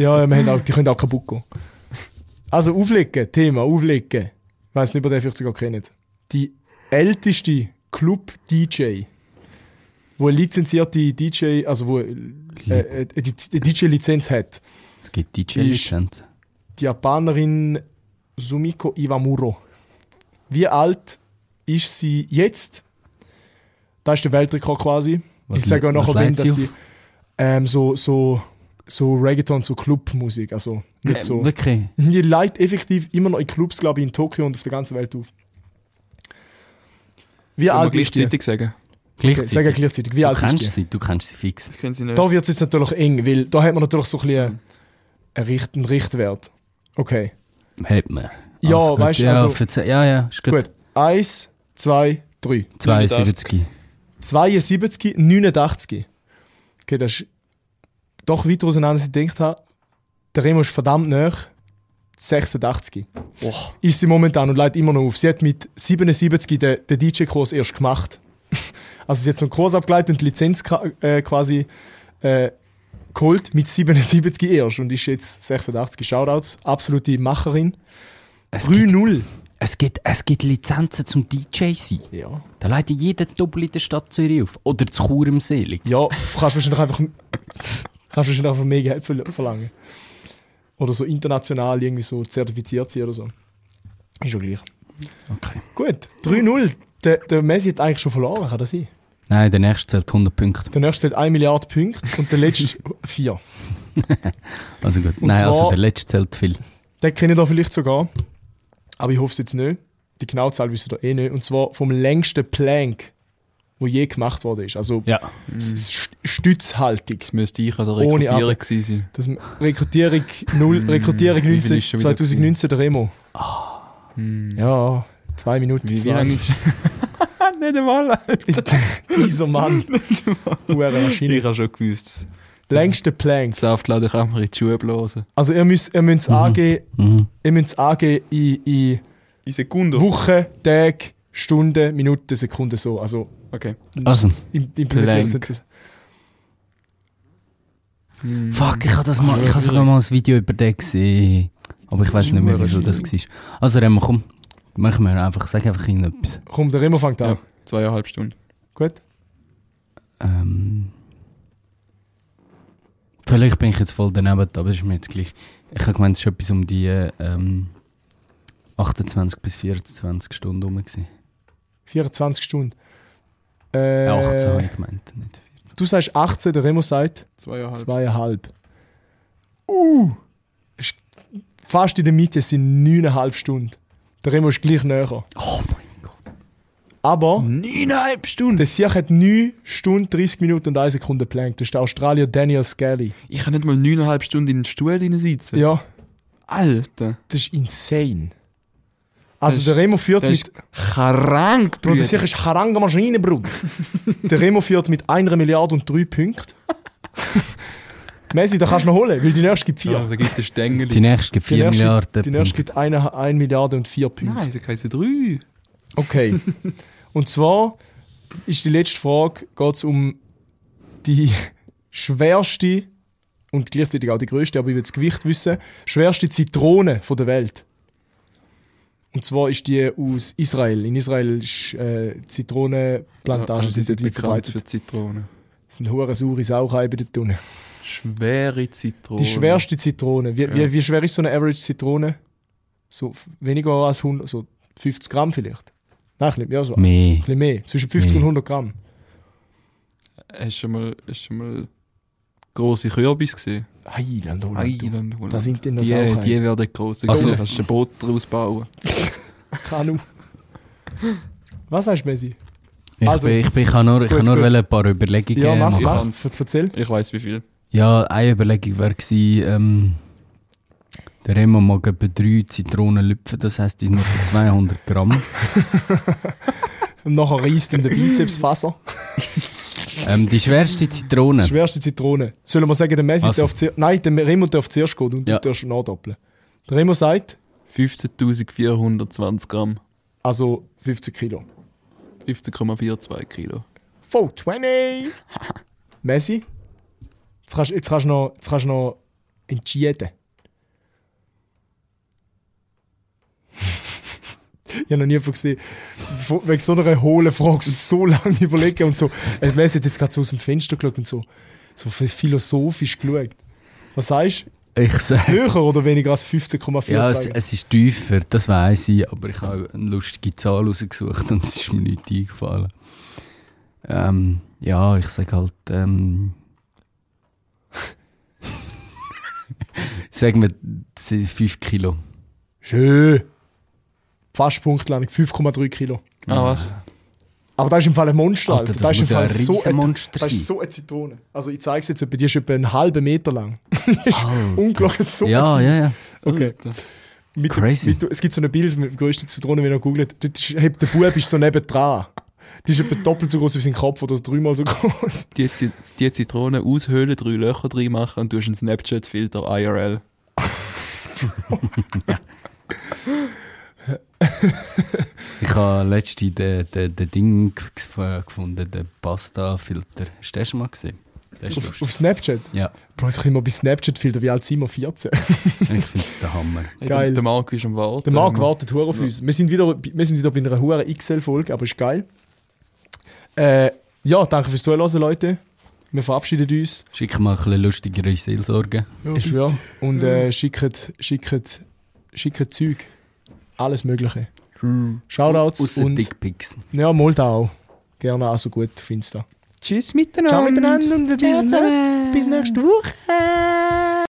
S1: Ja, ja, wir haben auch, die können auch kaputt gehen. Also auflegen, Thema, auflegen. Ich weiss nicht, ob ihr den vielleicht sogar kennt. Die älteste Club-DJ, wo eine lizenzierte DJ, also wo äh, äh, die die DJ-Lizenz hat.
S3: Es gibt DJ-Lizenzen.
S1: Die Japanerin Sumiko Iwamuro. Wie alt ist sie jetzt? Das ist der Weltrekord quasi.
S3: Was
S1: ich sage auch
S3: le- was
S1: nachher, wenn
S3: legt sie
S1: dass sie
S3: auf?
S1: ähm, so, so, so Reggaeton, so Clubmusik, also nicht
S3: Äh,
S1: so.
S3: Wirklich?
S1: Die leitet effektiv immer noch in Clubs, glaube ich, in Tokio und auf der ganzen Welt auf. Wie
S2: Kann man
S1: alt ist die?
S2: gleichzeitig sagen.
S1: Okay, Sag ja
S3: Gleichzeitig.
S1: gleichzeitig. Wie
S3: Du
S1: alt ist die?
S3: kennst sie, du kennst sie fix.
S2: Ich kenne sie nicht.
S1: Da wird es jetzt natürlich eng, weil da hat man natürlich so ein
S3: Mhm.
S1: bisschen einen Richt- einen Richtwert. Okay,
S3: Hält man.
S1: Ja,
S3: Also gut,
S1: weißt du,
S3: ja,
S1: also-
S3: verze- ja, ja, ist gut.
S1: gut. Eins, zwei, drei.
S3: 72.
S1: 72, 89. Okay, das ist doch weiter auseinander, als ich gedacht habe. Der Remo ist verdammt nah. 86. Ist sie momentan und leitet immer noch auf. Sie hat mit 77 den, den DJ-Kurs erst gemacht. Also sie hat so einen Kurs abgeleitet und die Lizenz ka- äh, quasi äh, geholt mit 77 erst und ist jetzt 86. Shoutouts, absolute Macherin.
S3: Es gibt,
S1: 3-0.
S3: es, gibt, es gibt Lizenzen zum DJ sein.
S1: Ja.
S3: Da leitet jeder Doppel in der Stadt Zürich auf. Oder zu Chur im Selig.
S1: Ja, kannst wahrscheinlich einfach, kannst wahrscheinlich einfach mehr Geld verl- verlangen. Oder so international irgendwie so zertifiziert sein oder so. Ist schon gleich.
S3: Okay.
S1: Gut, 3-0. Der, der Messi hat eigentlich schon verloren, kann das sein?
S3: Nein, der nächste zählt 100 Punkte.
S1: Der nächste hat 1 Milliarde Punkte und der letzte 4.
S3: Also gut. Nein, also
S1: zwar-
S3: der letzte zählt viel.
S1: Den kenne ich da vielleicht sogar. Aber ich hoffe es jetzt nicht. Die genaue Zahl wissen da eh nicht. Und zwar vom längsten Plank, wo je gemacht worden ist. Also
S3: Ja.
S1: s- s- Stützhaltung.
S2: Das müsste ich an der
S1: Ohne
S2: Rekrutierung
S1: Ab-
S2: gewesen sein.
S1: Das Rekrutierung, null,
S2: Hm,
S1: Rekrutierung
S2: wie viel
S1: 19,
S2: ist schon wieder Hm.
S1: 2019 der Remo. Ja, 2 Minuten
S2: Wie, wie lange
S1: 20.
S2: ist Nicht einmal.
S1: Dieser Mann. Hure Maschine.
S2: Ich habe schon gewusst.
S1: Längste Planks.
S2: Das Saftladen kann man in die Schuhe blasen.
S1: Also ihr müsst, ihr müsst angeben,
S3: Mhm.
S1: ihr müsst angeben in, in
S2: In Sekunden?
S1: Wochen, Tag, Stunden, Minuten, Sekunden so. Also
S2: Okay.
S3: Also,
S1: im, implementiert
S2: Plank.
S1: sind das. Mhm.
S3: fuck, ich habe das
S1: Ah,
S3: mal, ich habe sogar mal ein Video über den gesehen. Aber ich weiß nicht mehr, wieso das war. Also, Remo, komm, machen wir einfach, sag einfach irgendetwas.
S1: Komm, der Remo fängt an.
S2: Ja, zweieinhalb Stunden.
S1: Gut.
S3: Ähm, vielleicht bin ich jetzt voll daneben, aber ist mir jetzt gleich. Ich habe gemeint, es war etwas um die äh, ähm, 28 bis 24 Stunden rum. gewesen.
S1: 24 Stunden. Äh,
S3: Äh, 18 habe ich gemeint, nicht 4.
S1: du sagst 18, der Remo sagt...
S2: Zweieinhalb.
S1: Zweieinhalb. Uh! Ist Fast in der Mitte es sind neuneinhalb Stunden. Der Remo ist gleich näher.
S3: Oh mein Gott.
S1: Aber
S2: Neuneinhalb Stunden?
S1: der Sieg hat 9 Stunden, 30 Minuten und 1 Sekunde geplankt. Das ist der Australier Daniel Skelly.
S2: Ich kann nicht mal neuneinhalb Stunden in den Stuhl sitzen.
S1: Ja,
S2: Alter.
S1: das ist insane. Also der Remo führt
S2: Das
S1: mit...
S2: ist krank,
S1: Bruder,
S2: Bruder.
S1: sicher ist Karanga-Maschine, Bruder. der Remo führt mit einer Milliarde und drei Punkten. Messi, da kannst du noch holen, weil die nächste gibt vier.
S2: Ah, da gibt es Stängel.
S3: Die nächste gibt 4
S1: nächste
S3: Milliarden.
S1: Gibt, die nächste gibt eine, eine Milliarde und vier Punkte.
S2: Nein, da heißen drei.
S1: Okay. Und zwar ist die letzte Frage, geht es um die schwerste und gleichzeitig auch die größte, aber ich will das Gewicht wissen, schwerste Zitrone von der Welt. Und zwar ist die aus Israel. In Israel ist äh, Zitronenplantagen
S2: Also,
S1: sind dort weit
S2: bekannt
S1: verbreitet.
S2: für Zitronen.
S1: Das sind hure saure Saucheiben dort unten.
S2: Schwere Zitronen.
S1: Die schwerste Zitrone. Wie, wie, wie schwer ist so eine Average Zitrone? So f- weniger als 100, so 50 Gramm vielleicht? Nein, ein bisschen, ja, so
S3: Mehr.
S1: bisschen mehr. Zwischen 50
S2: Hm.
S3: Nee.
S1: und 100 Gramm.
S2: Hast du schon mal, hast du schon mal grosse Kürbis gesehen?
S1: Heiland,
S2: Eiland.
S1: Da sind die noch
S2: die,
S1: Sauerei.
S2: die werden gross. Da
S3: Also-
S2: kannst du ein Boot draus bauen.
S1: Kanu. um. Was hast du, Messi?
S3: Ich,
S1: Also-
S3: bin, ich, bin, ich habe nur, ich
S1: Gut,
S3: habe nur
S1: gut.
S3: wollen ein paar Überlegungen
S1: Ja, mach,
S3: machen.
S1: mach.
S2: kann's.
S1: Erzähl.
S2: Ich weiss wie viel.
S3: Ja, eine Überlegung wäre gewesen, ähm, der Remo mag etwa drei Zitronen lüpfen, das heisst, die sind etwa 200 Gramm.
S1: Und nachher reißt ihm der Bizeps Faser.
S3: ähm, die schwerste Zitrone.
S1: Schwerste Zitrone. Sollen wir sagen, der Messi
S3: Also.
S1: darf zuerst... Nein, der Remo darf zuerst gehen und
S3: Ja.
S1: du darfst nachdoppeln. Der Remo sagt,
S2: 15.420 Gramm.
S1: also 15 Kilo.
S2: 15,42 Kilo.
S1: 420! Messi? Jetzt kannst, jetzt, kannst du noch, jetzt kannst du noch entscheiden. ich habe noch nie jemanden gesehen, wo- wegen so einer hohlen Frage so lange überlegen und so. Äh, Messi hat jetzt gerade so aus dem Fenster geschaut und so, so viel philosophisch geschaut. Was sagst du?
S3: Ich sage,
S1: Höher oder weniger als 15,42?
S3: ja, es, es ist tiefer, das weiß ich, aber ich habe eine lustige Zahl rausgesucht und es ist mir nicht eingefallen. Ähm, ja, ich sage halt, ähm, sagen wir 5 Kilo.
S1: Schön. Fast punktlandung, 5,3 Kilo.
S2: Ah, was?
S1: Aber das ist im Fall ein Monster.
S3: Alter, das
S1: ist
S3: muss
S1: im
S3: ja ein
S1: Fall so
S3: Riesenmonster
S1: Das
S3: sein.
S1: ist so eine Zitrone. Also ich zeige es jetzt, etwa, die ist etwa einen halben Meter lang. Unglaublich so.
S3: Ja, ja, ja.
S1: Okay. Mit,
S3: Crazy.
S1: Mit, es gibt so ein Bild mit der größten Zitrone, wenn ihr googelt. Dort ist, hebt der Bub ist so nebendran. Die ist etwa doppelt so groß wie sein Kopf oder dreimal so groß.
S2: Die, Zit- die Zitronen aushöhlen, drei Löcher drin machen und du hast einen Snapchat-Filter IRL.
S3: Ich habe letztens den, den, den Ding gef- gefunden, den Pasta-Filter. Hast du den schon mal gesehen? Der ist
S1: Auf,
S3: lustig.
S1: auf Snapchat.
S3: Ja,
S1: Bro, ich immer bei Snapchat filter. Wie alt sind wir? 14.
S3: ich finde es der Hammer.
S2: Hey,
S1: Geil.
S2: Der, der Marco ist am Warten.
S1: Der Marc wartet hure auf uns. Wir sind wieder, bei- wir sind wieder bei einer hohen XL-Folge, aber ist geil. Äh, ja, danke fürs Zuhören, Leute. Wir verabschieden uns.
S3: Schick mal ein bisschen lustigere Seelsorge.
S1: Ich schwöre. Und äh, schickt, schickt, schickt Zeug. Alles Mögliche. Shoutouts
S3: Außer
S1: und
S3: Dickpics.
S1: ja, mal da auch. Gerne auch so gut auf Insta.
S2: Tschüss miteinander.
S1: Ciao miteinander und bis, nä- bis nächste Woche.